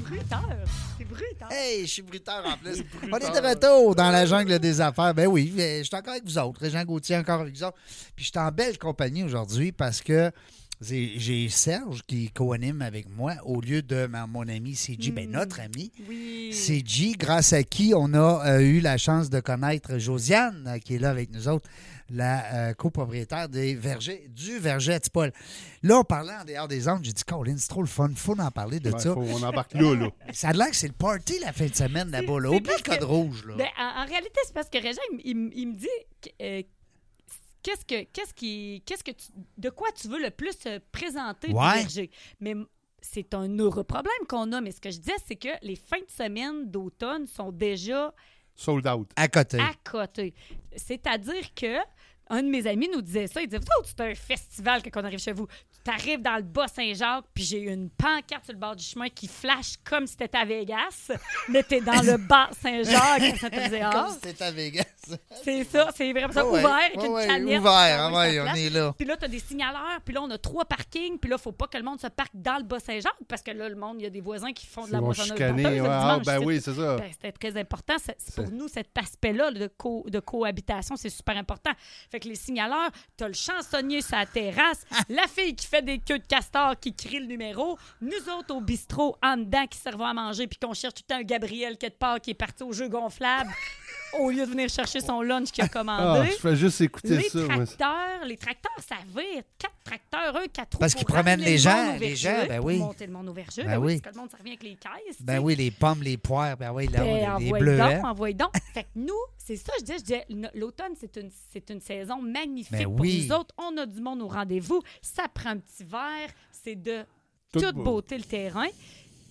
[SPEAKER 3] Bruteur, c'est bruteur.
[SPEAKER 1] Hey, je suis bruteur en plus. on est de retour dans la jungle des affaires. Ben oui, je suis encore avec vous autres. Régent Gauthier, encore avec vous autres. Puis je suis en belle compagnie aujourd'hui parce que j'ai j'ai Serge qui co-anime avec moi au lieu de ma- mon ami CJ, ben notre ami.
[SPEAKER 3] Oui.
[SPEAKER 1] C'est G, grâce à qui on a euh, eu la chance de connaître Josiane, euh, qui est là avec nous autres, la euh, copropriétaire des vergers, du verger à Tipol. Là, on parlait en dehors des angles, j'ai dit, Colin, c'est trop le fun, faut en parler de
[SPEAKER 2] Ouais,
[SPEAKER 1] ça.
[SPEAKER 2] faut- On embarque là, là.
[SPEAKER 1] Ça a l'air que c'est le party la fin de semaine là-bas. Là.
[SPEAKER 3] c'est
[SPEAKER 1] Oublie le
[SPEAKER 3] parce
[SPEAKER 1] code
[SPEAKER 3] que-
[SPEAKER 1] rouge. Là.
[SPEAKER 3] Ben, en, en réalité, c'est parce que Régent, il, m- il m- il me dit que, euh, qu'est-ce que qu'est-ce qui qu'est-ce que tu- de quoi tu veux le plus euh, présenter
[SPEAKER 1] Ouais.
[SPEAKER 3] du verger. Mais m- c'est un heureux problème qu'on a. Mais ce que je disais, c'est que les fins de semaine d'automne sont déjà
[SPEAKER 2] Sold out.
[SPEAKER 1] à côté.
[SPEAKER 3] à côté. C'est-à-dire que un de mes amis nous disait ça. Il disait Oh, c'est un festival quand on arrive chez vous. Tu t'arrives dans le Bas-Saint-Jacques, puis j'ai une pancarte sur le bord du chemin qui flash comme si t'étais à Vegas, mais t'es dans le Bas-Saint-Jacques à
[SPEAKER 1] Comme
[SPEAKER 3] Saint-Eustache.
[SPEAKER 1] si t'étais à Vegas.
[SPEAKER 3] C'est ça, c'est vraiment ça,
[SPEAKER 1] Ah ouais,
[SPEAKER 3] ouvert, avec
[SPEAKER 1] ouais,
[SPEAKER 3] une
[SPEAKER 1] ouais,
[SPEAKER 3] canette.
[SPEAKER 1] Ouvert,
[SPEAKER 3] Ah
[SPEAKER 1] ah
[SPEAKER 3] ouais,
[SPEAKER 1] ouais,
[SPEAKER 3] ça
[SPEAKER 1] on
[SPEAKER 3] flash.
[SPEAKER 1] est là.
[SPEAKER 3] Puis là, t'as des signaleurs, puis là, on a trois parkings, puis là, faut pas que le monde se parque dans le Bas-Saint-Jacques, parce que là, le monde, il y a des voisins qui font de
[SPEAKER 2] Ils
[SPEAKER 3] la
[SPEAKER 2] vont
[SPEAKER 3] moissonneuse
[SPEAKER 2] chicaner.
[SPEAKER 3] venteuse
[SPEAKER 2] ouais,
[SPEAKER 3] le
[SPEAKER 2] ah,
[SPEAKER 3] dimanche,
[SPEAKER 2] Ben
[SPEAKER 3] c'est-
[SPEAKER 2] oui, c'est
[SPEAKER 1] Euh.
[SPEAKER 2] ça.
[SPEAKER 3] ben, C'était très important. C'est- c'est
[SPEAKER 2] C'est-
[SPEAKER 3] pour nous, cet aspect-là de, co- de cohabitation, c'est super important. Fait que les signaleurs, t'as le chansonnier sur la terrasse, la fille qui fait des queues de castor qui crie le numéro, nous autres au bistrot en dedans qui servons à manger puis qu'on cherche tout le temps un Gabriel quelque part qui est parti au jeu gonflable. au lieu de venir chercher son lunch qu'il a
[SPEAKER 2] Ah,
[SPEAKER 3] commandé.
[SPEAKER 2] je fais juste écouter
[SPEAKER 3] les
[SPEAKER 2] ça, moi.
[SPEAKER 3] tracteurs, les tracteurs, ça vire. Quatre tracteurs, un, quatre roues
[SPEAKER 1] Parce
[SPEAKER 3] pour
[SPEAKER 1] qu'ils promènent
[SPEAKER 3] ramener
[SPEAKER 1] les
[SPEAKER 3] le
[SPEAKER 1] gens,
[SPEAKER 3] monde au
[SPEAKER 1] les
[SPEAKER 3] verger,
[SPEAKER 1] gens, ben
[SPEAKER 3] pour
[SPEAKER 1] oui.
[SPEAKER 3] monter le monde au verger,
[SPEAKER 1] Ben
[SPEAKER 3] ben
[SPEAKER 1] oui.
[SPEAKER 3] oui, parce que le monde, ça revient avec les caisses.
[SPEAKER 1] Ben
[SPEAKER 3] tu sais.
[SPEAKER 1] oui, les pommes, les poires, ben oui, là,
[SPEAKER 3] Ben,
[SPEAKER 1] on a des
[SPEAKER 3] envoie
[SPEAKER 1] bleuets.
[SPEAKER 3] donc, envoie donc. Fait que nous, c'est ça, je disais, je disais, n- l'automne, c'est une, c'est une saison magnifique
[SPEAKER 1] Ben
[SPEAKER 3] pour
[SPEAKER 1] oui.
[SPEAKER 3] nous autres. On a du monde au rendez-vous, ça prend un petit verre, c'est de
[SPEAKER 2] Toute
[SPEAKER 3] toute,
[SPEAKER 2] beau-
[SPEAKER 3] beauté le terrain.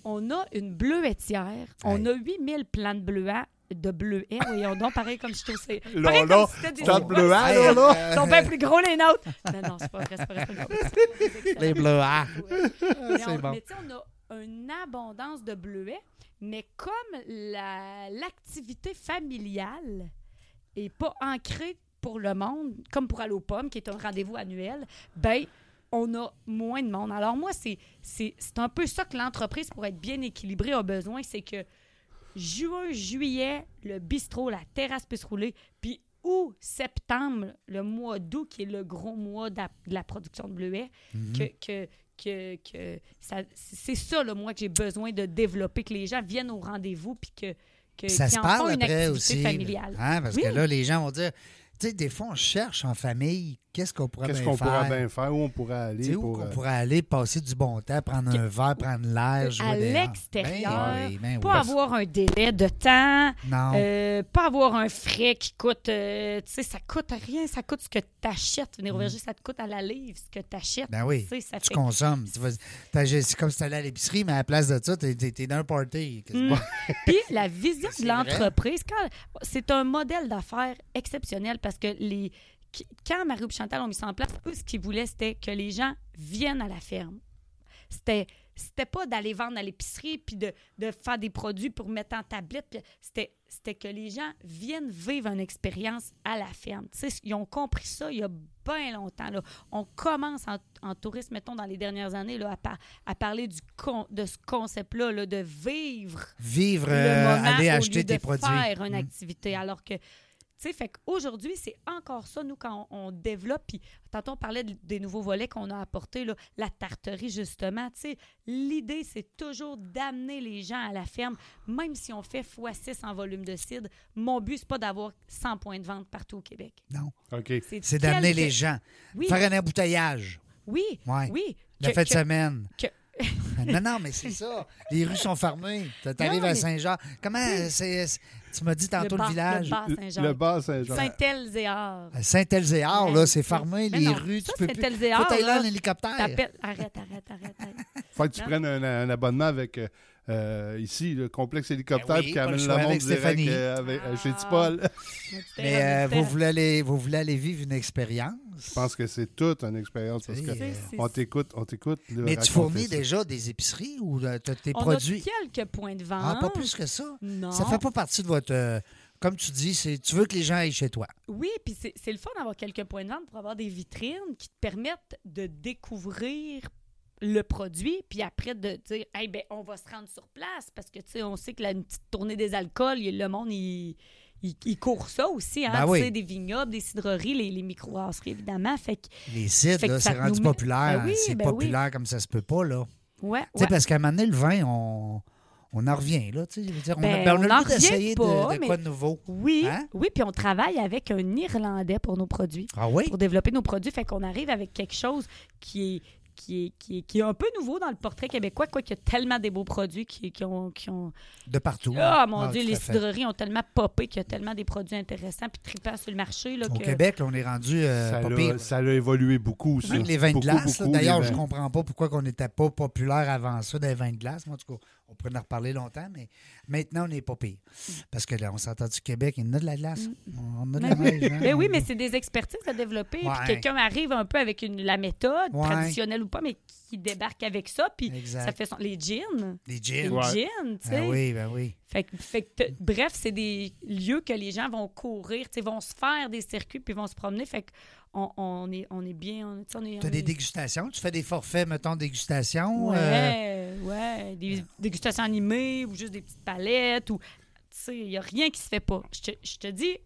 [SPEAKER 3] On a une bleuetière, on
[SPEAKER 1] Hey.
[SPEAKER 3] a 8000 plants de bleuets, de bleuets, voyons donc, pareil comme je trouve, c'est
[SPEAKER 2] Là,
[SPEAKER 3] pareil
[SPEAKER 2] là,
[SPEAKER 3] comme si c'était des
[SPEAKER 2] tant de
[SPEAKER 3] ours.
[SPEAKER 2] bleuets, là, là.
[SPEAKER 3] Ils sont bien plus gros, les nôtres. Non, non, c'est pas vrai, c'est pas vrai. c'est pas vrai.
[SPEAKER 1] Les ah, bleuets.
[SPEAKER 3] Mais
[SPEAKER 1] C'est
[SPEAKER 3] on-
[SPEAKER 1] bon.
[SPEAKER 3] Mais tu sais, on a une abondance de bleuets, mais comme la- l'activité familiale n'est pas ancrée pour le monde, comme pour Aller aux pommes, qui est un rendez-vous annuel, ben on a moins de monde. Alors moi, c'est- c'est c'est un peu ça que l'entreprise, pour être bien équilibrée, a besoin, c'est que juin, juillet, le bistrot, la terrasse peut se rouler, puis août, septembre, le mois d'août, qui est le gros mois de la, de la production de bleuets,
[SPEAKER 1] Mhm.
[SPEAKER 3] que, que, que, que ça- c'est ça, le mois que j'ai besoin de développer, que les gens viennent au rendez-vous, puis que, que
[SPEAKER 1] Puis ça
[SPEAKER 3] qu'ils
[SPEAKER 1] se
[SPEAKER 3] en
[SPEAKER 1] parle
[SPEAKER 3] font une
[SPEAKER 1] après
[SPEAKER 3] activité
[SPEAKER 1] aussi. là.
[SPEAKER 3] familiale.
[SPEAKER 1] Hein, parce que
[SPEAKER 3] Oui.
[SPEAKER 1] là, les gens vont dire, tu sais, des fois, on cherche en famille, qu'est-ce qu'on pourrait
[SPEAKER 2] Qu'est-ce
[SPEAKER 1] bien
[SPEAKER 2] qu'on
[SPEAKER 1] Ben, faire?
[SPEAKER 2] pourrait bien faire? Où on pourrait
[SPEAKER 1] Tu sais,
[SPEAKER 2] aller
[SPEAKER 1] où
[SPEAKER 2] pour...
[SPEAKER 1] qu'on
[SPEAKER 2] euh,
[SPEAKER 1] pourrait aller passer du bon temps, prendre un verre, prendre l'air, jouer
[SPEAKER 3] à
[SPEAKER 1] dehors.
[SPEAKER 3] l'extérieur,
[SPEAKER 1] ah, Ben oui, ben oui.
[SPEAKER 3] Pas avoir un délai de temps,
[SPEAKER 1] Non.
[SPEAKER 3] euh, pas avoir un frais qui coûte, euh, tu sais, ça coûte rien, ça coûte ce que t'achètes.
[SPEAKER 1] Mm.
[SPEAKER 3] Venir au verger, ça te coûte à la livre ce que t'achètes.
[SPEAKER 1] Ben oui,
[SPEAKER 3] Tu sais, ça
[SPEAKER 1] tu
[SPEAKER 3] fait-
[SPEAKER 1] consommes. Tu vas- t'as- c'est comme si tu allais à l'épicerie, mais à la place de ça, tu es, dans un party.
[SPEAKER 3] Mm. Puis la vision
[SPEAKER 1] C'est
[SPEAKER 3] de
[SPEAKER 1] vrai.
[SPEAKER 3] l'entreprise, quand- c'est un modèle d'affaires exceptionnel parce que les qui- quand Marie et Chantal ont mis ça en place, eux, ce qu'ils voulaient, c'était que les gens viennent à la ferme. C'était c'était pas d'aller vendre à l'épicerie puis de, de faire des produits pour mettre en tablette. puis C'était c'était que les gens viennent vivre une expérience à la ferme. Tu sais, ils ont compris ça il y a bien longtemps. là. On commence en, en tourisme, mettons, dans les dernières années, là, à, par- à parler du con- de ce concept-là, là, de vivre
[SPEAKER 1] Vivre,
[SPEAKER 3] le
[SPEAKER 1] euh,
[SPEAKER 3] moment
[SPEAKER 1] aller
[SPEAKER 3] au
[SPEAKER 1] acheter
[SPEAKER 3] lieu
[SPEAKER 1] tes
[SPEAKER 3] de
[SPEAKER 1] produits.
[SPEAKER 3] faire une
[SPEAKER 1] Mm.
[SPEAKER 3] activité. Alors que, tu sais, fait qu'aujourd'hui, c'est encore ça, nous, quand on, on développe. Puis, tantôt, on parlait de- des nouveaux volets qu'on a apportés, là, la tarterie, justement. Tu sais, l'idée, c'est toujours d'amener les gens à la ferme, même si on fait x6 en volume de cidre. Mon but, c'est pas d'avoir 100 points de vente partout au Québec.
[SPEAKER 2] OK.
[SPEAKER 1] C'est d'amener
[SPEAKER 3] quelques-
[SPEAKER 1] les gens.
[SPEAKER 3] Oui,
[SPEAKER 1] Faire un embouteillage
[SPEAKER 3] oui,
[SPEAKER 1] Ouais.
[SPEAKER 3] oui.
[SPEAKER 1] la
[SPEAKER 3] Que-
[SPEAKER 1] fin de
[SPEAKER 3] que-
[SPEAKER 1] semaine. Ben,
[SPEAKER 3] que-
[SPEAKER 1] non, non, mais c'est ça. Les rues sont fermées. Tu arrives
[SPEAKER 3] Non,
[SPEAKER 1] à
[SPEAKER 3] mais-
[SPEAKER 1] Saint-Jean. Comment euh, c'est. c'est- Tu m'as dit tantôt le,
[SPEAKER 3] bar-
[SPEAKER 1] village.
[SPEAKER 3] bar Saint-Jean.
[SPEAKER 2] Le bas Saint-Jean.
[SPEAKER 3] Saint-Elzéar.
[SPEAKER 1] À Saint-Elzéar, là, c'est fermé.
[SPEAKER 3] Mais
[SPEAKER 1] les
[SPEAKER 3] non,
[SPEAKER 1] rues,
[SPEAKER 3] ça,
[SPEAKER 1] tu peux plus.
[SPEAKER 3] Saint-Elzéar,
[SPEAKER 1] Faut aller là en
[SPEAKER 3] là,
[SPEAKER 1] hélicoptère.
[SPEAKER 3] T'appelles- Arrête, arrête, arrête, arrête.
[SPEAKER 2] Faut que tu
[SPEAKER 3] Non.
[SPEAKER 2] prennes un, un abonnement avec euh, euh, ici, le complexe hélicoptère,
[SPEAKER 1] Ben oui,
[SPEAKER 2] puis qui
[SPEAKER 1] pas le
[SPEAKER 2] amène le
[SPEAKER 1] choix,
[SPEAKER 2] monde
[SPEAKER 1] avec
[SPEAKER 2] direct
[SPEAKER 1] Stéphanie.
[SPEAKER 2] euh, avec, euh, chez
[SPEAKER 3] Ah.
[SPEAKER 2] Tipol.
[SPEAKER 1] Mais euh, vous, voulez aller, vous voulez aller vivre une expérience.
[SPEAKER 2] Je pense que c'est toute une expérience parce que
[SPEAKER 1] C'est-
[SPEAKER 2] on t'écoute, on t'écoute. là,
[SPEAKER 1] Mais
[SPEAKER 2] raconter
[SPEAKER 1] tu fournis
[SPEAKER 2] ça.
[SPEAKER 1] déjà des épiceries ou euh, t'as tes
[SPEAKER 3] On
[SPEAKER 1] produits?
[SPEAKER 3] a quelques points de vente.
[SPEAKER 1] Ah, pas plus que ça.
[SPEAKER 3] Non.
[SPEAKER 1] Ça fait pas partie de votre. euh, comme tu dis, c'est tu veux que les gens aillent chez toi.
[SPEAKER 3] Oui, puis c'est c'est le fun d'avoir quelques points de vente pour avoir des vitrines qui te permettent de découvrir le produit, puis après de dire, hey, ben, on va se rendre sur place parce que, tu sais, on sait que la une petite tournée des alcools, il- le monde, il, il, il court ça aussi, hein,
[SPEAKER 1] Ben
[SPEAKER 3] tu
[SPEAKER 1] oui.
[SPEAKER 3] sais, des vignobles, des cidreries, les, les microbrasseries, évidemment. Fait que,
[SPEAKER 1] Les sites,
[SPEAKER 3] Fait que
[SPEAKER 1] là,
[SPEAKER 3] ça
[SPEAKER 1] c'est
[SPEAKER 3] te
[SPEAKER 1] rendu
[SPEAKER 3] nous met-
[SPEAKER 1] populaire.
[SPEAKER 3] Ben oui,
[SPEAKER 1] c'est
[SPEAKER 3] ben oui.
[SPEAKER 1] populaire comme ça se peut pas, là.
[SPEAKER 3] ouais,
[SPEAKER 1] Tu sais,
[SPEAKER 3] ouais.
[SPEAKER 1] parce qu'à un moment donné, le vin, on, on en revient, là. tu sais, je veux dire, on, a,
[SPEAKER 3] Ben,
[SPEAKER 1] ben, on a
[SPEAKER 3] on
[SPEAKER 1] le
[SPEAKER 3] en
[SPEAKER 1] goût d'essayer
[SPEAKER 3] revient
[SPEAKER 1] de,
[SPEAKER 3] pas,
[SPEAKER 1] de
[SPEAKER 3] mais-
[SPEAKER 1] quoi de nouveau.
[SPEAKER 3] Oui,
[SPEAKER 1] Hein?
[SPEAKER 3] oui, puis on travaille avec un Irlandais pour nos produits.
[SPEAKER 1] Ah oui?
[SPEAKER 3] pour développer nos produits. Fait qu'on arrive avec quelque chose qui est, qui est, qui est, qui est un peu nouveau dans le portrait québécois, quoi qu'il y a tellement des beaux produits qui, qui ont... qui ont-
[SPEAKER 1] De partout.
[SPEAKER 3] Ah, mon Dieu,
[SPEAKER 1] tout
[SPEAKER 3] les
[SPEAKER 1] à fait.
[SPEAKER 3] cidreries ont tellement popé qu'il y a tellement des produits intéressants puis tripants sur le marché. Là,
[SPEAKER 1] Au
[SPEAKER 3] que...
[SPEAKER 1] Québec, hein? là, on est rendu euh,
[SPEAKER 2] ça
[SPEAKER 1] pas
[SPEAKER 2] l'a,
[SPEAKER 1] pire.
[SPEAKER 2] ça l'a évolué beaucoup. Ça.
[SPEAKER 1] Même les vins de
[SPEAKER 2] Beaucoup,
[SPEAKER 1] glace. là.
[SPEAKER 2] beaucoup,
[SPEAKER 1] D'ailleurs,
[SPEAKER 2] les
[SPEAKER 1] je
[SPEAKER 2] vins.
[SPEAKER 1] comprends pas pourquoi on n'était pas populaire avant ça des vins de glace. Moi, en tout cas, on pourrait en reparler longtemps, mais maintenant, on n'est pas pire. Parce que là, on s'entend du Québec, il y en a de la glace. On a de la neige. hein.
[SPEAKER 3] Ben oui, mais c'est des expertises à développer.
[SPEAKER 1] Ouais.
[SPEAKER 3] Puis quelqu'un arrive un peu avec une, la méthode,
[SPEAKER 1] Ouais.
[SPEAKER 3] traditionnelle ou pas, mais qui débarque avec ça. Puis
[SPEAKER 1] Exact.
[SPEAKER 3] ça fait son... Les gins.
[SPEAKER 1] Des
[SPEAKER 3] Les
[SPEAKER 1] gins.
[SPEAKER 2] Ouais.
[SPEAKER 3] gins, tu sais.
[SPEAKER 1] Ah oui, ben oui.
[SPEAKER 3] Fait que, fait que t'as- bref, c'est des lieux que les gens vont courir, tu sais, vont se faire des circuits puis vont se promener. Fait qu'on on est, on est bien. On, tu sais, on est,
[SPEAKER 1] Tu as
[SPEAKER 3] on
[SPEAKER 1] des
[SPEAKER 3] est-
[SPEAKER 1] dégustations. Tu fais des forfaits, mettons, dégustation. euh,
[SPEAKER 3] Mm. Ouais, ouais. Des dégustations animées ou juste des petites palettes. ou Tu sais, il n'y a rien qui se fait pas. Je te, je te dis,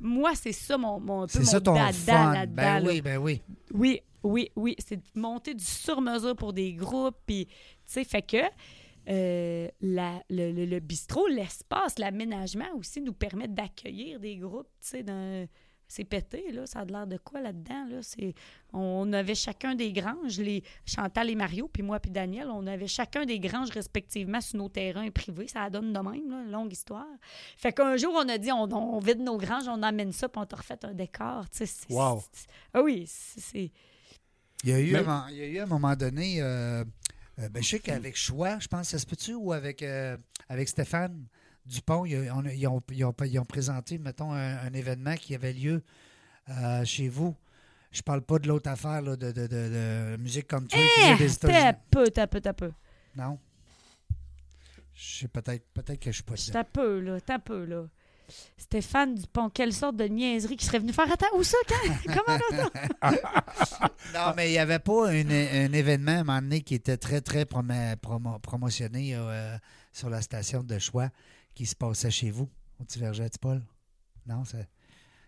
[SPEAKER 3] moi, c'est ça mon, mon, un peu
[SPEAKER 1] c'est
[SPEAKER 3] mon
[SPEAKER 1] ça ton
[SPEAKER 3] dada
[SPEAKER 1] fun.
[SPEAKER 3] là-dedans,
[SPEAKER 1] Ben
[SPEAKER 3] là.
[SPEAKER 1] oui, ben oui.
[SPEAKER 3] Oui, oui, oui. C'est de monter du sur-mesure pour des groupes. Puis, tu sais, fait que euh, la- le, le- le bistrot, l'espace, l'aménagement aussi nous permettent d'accueillir des groupes, tu sais, d'un- C'est pété, là. Ça a de l'air de quoi là-dedans, là? C'est... On avait chacun des granges, les Chantal et Mario, puis moi puis Daniel, on avait chacun des granges respectivement sur nos terrains privés. Ça donne de même, là, longue histoire. Fait qu'un jour, on a dit, on, on vide nos granges, on amène ça, puis on te refait un décor, tu sais. c'est-
[SPEAKER 2] Wow.
[SPEAKER 3] c'est- ah oui, c'est... c'est-
[SPEAKER 1] Il y a eu,
[SPEAKER 2] Mais-
[SPEAKER 1] un moment- il y a eu à un moment donné, euh, euh, ben, je sais qu'avec Choix, je pense, ça se peut-tu, ou avec, euh, avec Stéphane Dupont, il y a- on a- ils, ont, ils ont- ils ont présenté, mettons, un, un événement qui avait lieu euh, chez vous. Je parle pas de l'autre affaire, là, de, de, de, de musique country qui vient des
[SPEAKER 3] Eh, T'as
[SPEAKER 1] États-Unis.
[SPEAKER 3] peu, t'as peu, t'as peu.
[SPEAKER 1] Non? Je sais peut-être peut-être que je suis pas dedans.
[SPEAKER 3] T'as peu, là, t'as peu, là. Stéphane Dupont, quelle sorte de niaiserie qui serait venu faire attends, où ça, quand? Comment on entend?
[SPEAKER 2] Ah.
[SPEAKER 1] Non, mais il n'y avait pas une- un événement à un moment donné qui était très, très promo- promo- promotionné euh, sur la station de choix qui se passait chez vous, au petit verger de Paul? Non, c'est-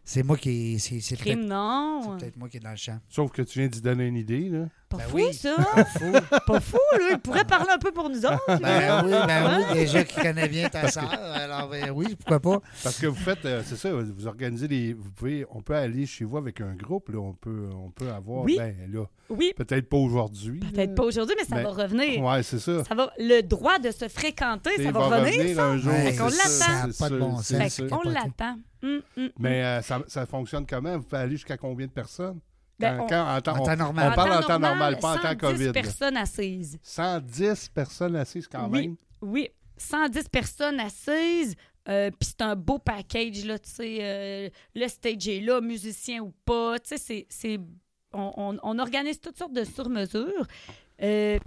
[SPEAKER 1] c'est moi qui. C'est c'est
[SPEAKER 3] Crime,
[SPEAKER 1] peut-être
[SPEAKER 3] non.
[SPEAKER 1] c'est peut-être moi qui est dans le champ.
[SPEAKER 2] Sauf que tu viens d'y donner une idée, là.
[SPEAKER 3] Pas
[SPEAKER 1] Ben
[SPEAKER 3] fou,
[SPEAKER 1] oui.
[SPEAKER 3] ça. hein?
[SPEAKER 1] Fou.
[SPEAKER 3] Pas fou, là. Il pourrait parler un peu pour nous autres. là.
[SPEAKER 1] Ben oui, ben
[SPEAKER 3] Hein?
[SPEAKER 1] oui, déjà qui connaît bien ta sœur, alors ben oui, pourquoi pas?
[SPEAKER 2] Parce que vous faites, euh, c'est ça, vous organisez des. Vous pouvez, on peut aller chez vous avec un groupe, là. On peut, on peut avoir.
[SPEAKER 3] Oui.
[SPEAKER 2] Ben, là,
[SPEAKER 3] Oui,
[SPEAKER 2] peut-être pas aujourd'hui.
[SPEAKER 3] peut-être pas aujourd'hui, mais ça
[SPEAKER 2] euh, Ben,
[SPEAKER 3] va revenir.
[SPEAKER 2] Ouais, c'est ça.
[SPEAKER 3] Ça va, le droit de se fréquenter,
[SPEAKER 2] Il
[SPEAKER 3] ça va
[SPEAKER 2] va
[SPEAKER 3] revenir, ça.
[SPEAKER 2] un jour.
[SPEAKER 1] Ouais,
[SPEAKER 3] Fait qu'on
[SPEAKER 2] c'est
[SPEAKER 3] l'attend.
[SPEAKER 2] sûr,
[SPEAKER 1] Ça a
[SPEAKER 2] c'est
[SPEAKER 1] pas de
[SPEAKER 2] sûr,
[SPEAKER 1] bon
[SPEAKER 2] c'est
[SPEAKER 1] sens.
[SPEAKER 3] Fait
[SPEAKER 2] sûr.
[SPEAKER 1] c'est
[SPEAKER 3] qu'on
[SPEAKER 1] capoté.
[SPEAKER 3] l'attend. Hum, hum.
[SPEAKER 2] Mais euh, ça, ça fonctionne comment? Vous pouvez aller jusqu'à combien de personnes?
[SPEAKER 3] Ben,
[SPEAKER 2] Quand-
[SPEAKER 3] on-
[SPEAKER 2] quand- en temps-
[SPEAKER 1] En
[SPEAKER 2] Ah, on-
[SPEAKER 1] temps
[SPEAKER 2] on
[SPEAKER 1] normal.
[SPEAKER 2] parle en temps normal, pas en temps
[SPEAKER 3] 110
[SPEAKER 2] COVID, là.
[SPEAKER 3] personnes assises.
[SPEAKER 2] 110 personnes assises quand
[SPEAKER 3] Oui.
[SPEAKER 2] même.
[SPEAKER 3] Oui, 110 personnes assises. euh, Puis c'est un beau package, là, tu sais. euh, le stage est là, musicien ou pas. Tu sais, c'est- c'est. On, on- on organise toutes sortes de sur-mesures. Euh,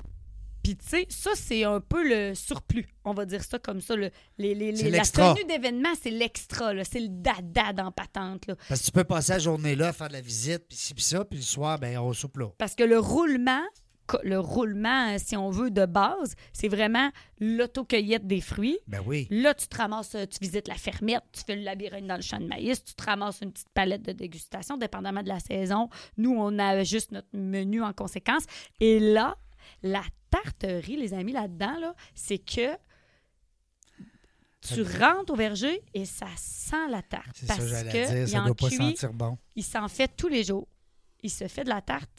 [SPEAKER 3] Puis, tu sais, ça, c'est un peu le surplus. On va dire ça comme ça. le- les, les-
[SPEAKER 1] C'est
[SPEAKER 3] les- la
[SPEAKER 1] l'extra.
[SPEAKER 3] tenue d'événement, c'est l'extra, là, C'est le dada dans patente, là.
[SPEAKER 1] Parce que tu peux passer la journée là, faire de la visite, puis ci, puis ça, puis le soir, ben on soupe là.
[SPEAKER 3] Parce que le roulement, co- le roulement, euh, si on veut, de base, c'est vraiment l'autocueillette des fruits.
[SPEAKER 1] Ben oui.
[SPEAKER 3] Là, tu te ramasses, euh, tu visites la fermette, tu fais le labyrinthe dans le champ de maïs, tu te ramasses une petite palette de dégustation, dépendamment de la saison. Nous, on a juste notre menu en conséquence. Et là, la tarterie, les amis, là-dedans, là, c'est que tu rentres au verger et ça sent la tarte.
[SPEAKER 1] C'est ça
[SPEAKER 3] Parce
[SPEAKER 1] que j'allais
[SPEAKER 3] que
[SPEAKER 1] dire,
[SPEAKER 3] il
[SPEAKER 1] ça
[SPEAKER 3] en
[SPEAKER 1] doit pas
[SPEAKER 3] cuit,
[SPEAKER 1] sentir bon.
[SPEAKER 3] il s'en fait tous les jours. Il se fait de la tarte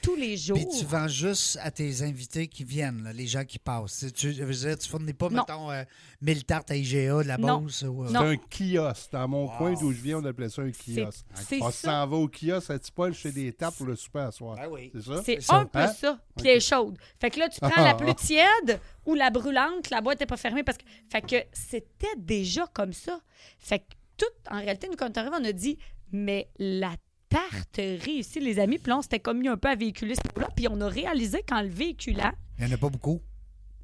[SPEAKER 3] tous les jours.
[SPEAKER 1] Puis tu vends juste à tes invités qui viennent, là, les gens qui passent. Tu- Tu, je veux dire, tu fournis pas,
[SPEAKER 3] Non.
[SPEAKER 1] mettons, euh, 1000 tartes à IGA, de la
[SPEAKER 3] Non.
[SPEAKER 1] bourse. ou, euh,
[SPEAKER 2] C'est
[SPEAKER 3] Non.
[SPEAKER 2] un kiosque. Dans mon
[SPEAKER 1] Wow.
[SPEAKER 2] coin d'où je viens, on appelait ça un kiosque.
[SPEAKER 3] c'est
[SPEAKER 2] On
[SPEAKER 3] ça. Ben
[SPEAKER 2] s'en va au kiosque à Tipol chez des tapes pour le souper à soir.
[SPEAKER 1] Ah oui.
[SPEAKER 2] C'est ça?
[SPEAKER 3] C'est
[SPEAKER 1] ça.
[SPEAKER 3] un peu
[SPEAKER 2] Hein?
[SPEAKER 3] ça, puis elle est chaude. Fait que là, tu prends
[SPEAKER 2] Ah,
[SPEAKER 3] la
[SPEAKER 2] ah.
[SPEAKER 3] plus tiède ou la brûlante, la boîte n'est pas fermée. Parce que... Fait que c'était déjà comme ça. Fait que tout, en réalité, nous, quand on arrive, on a dit, mais la tarterie ici, les amis, puis là, on s'était commis un peu à véhiculer ce là puis on a réalisé qu'en le véhiculant,
[SPEAKER 1] Il n'y en a pas beaucoup.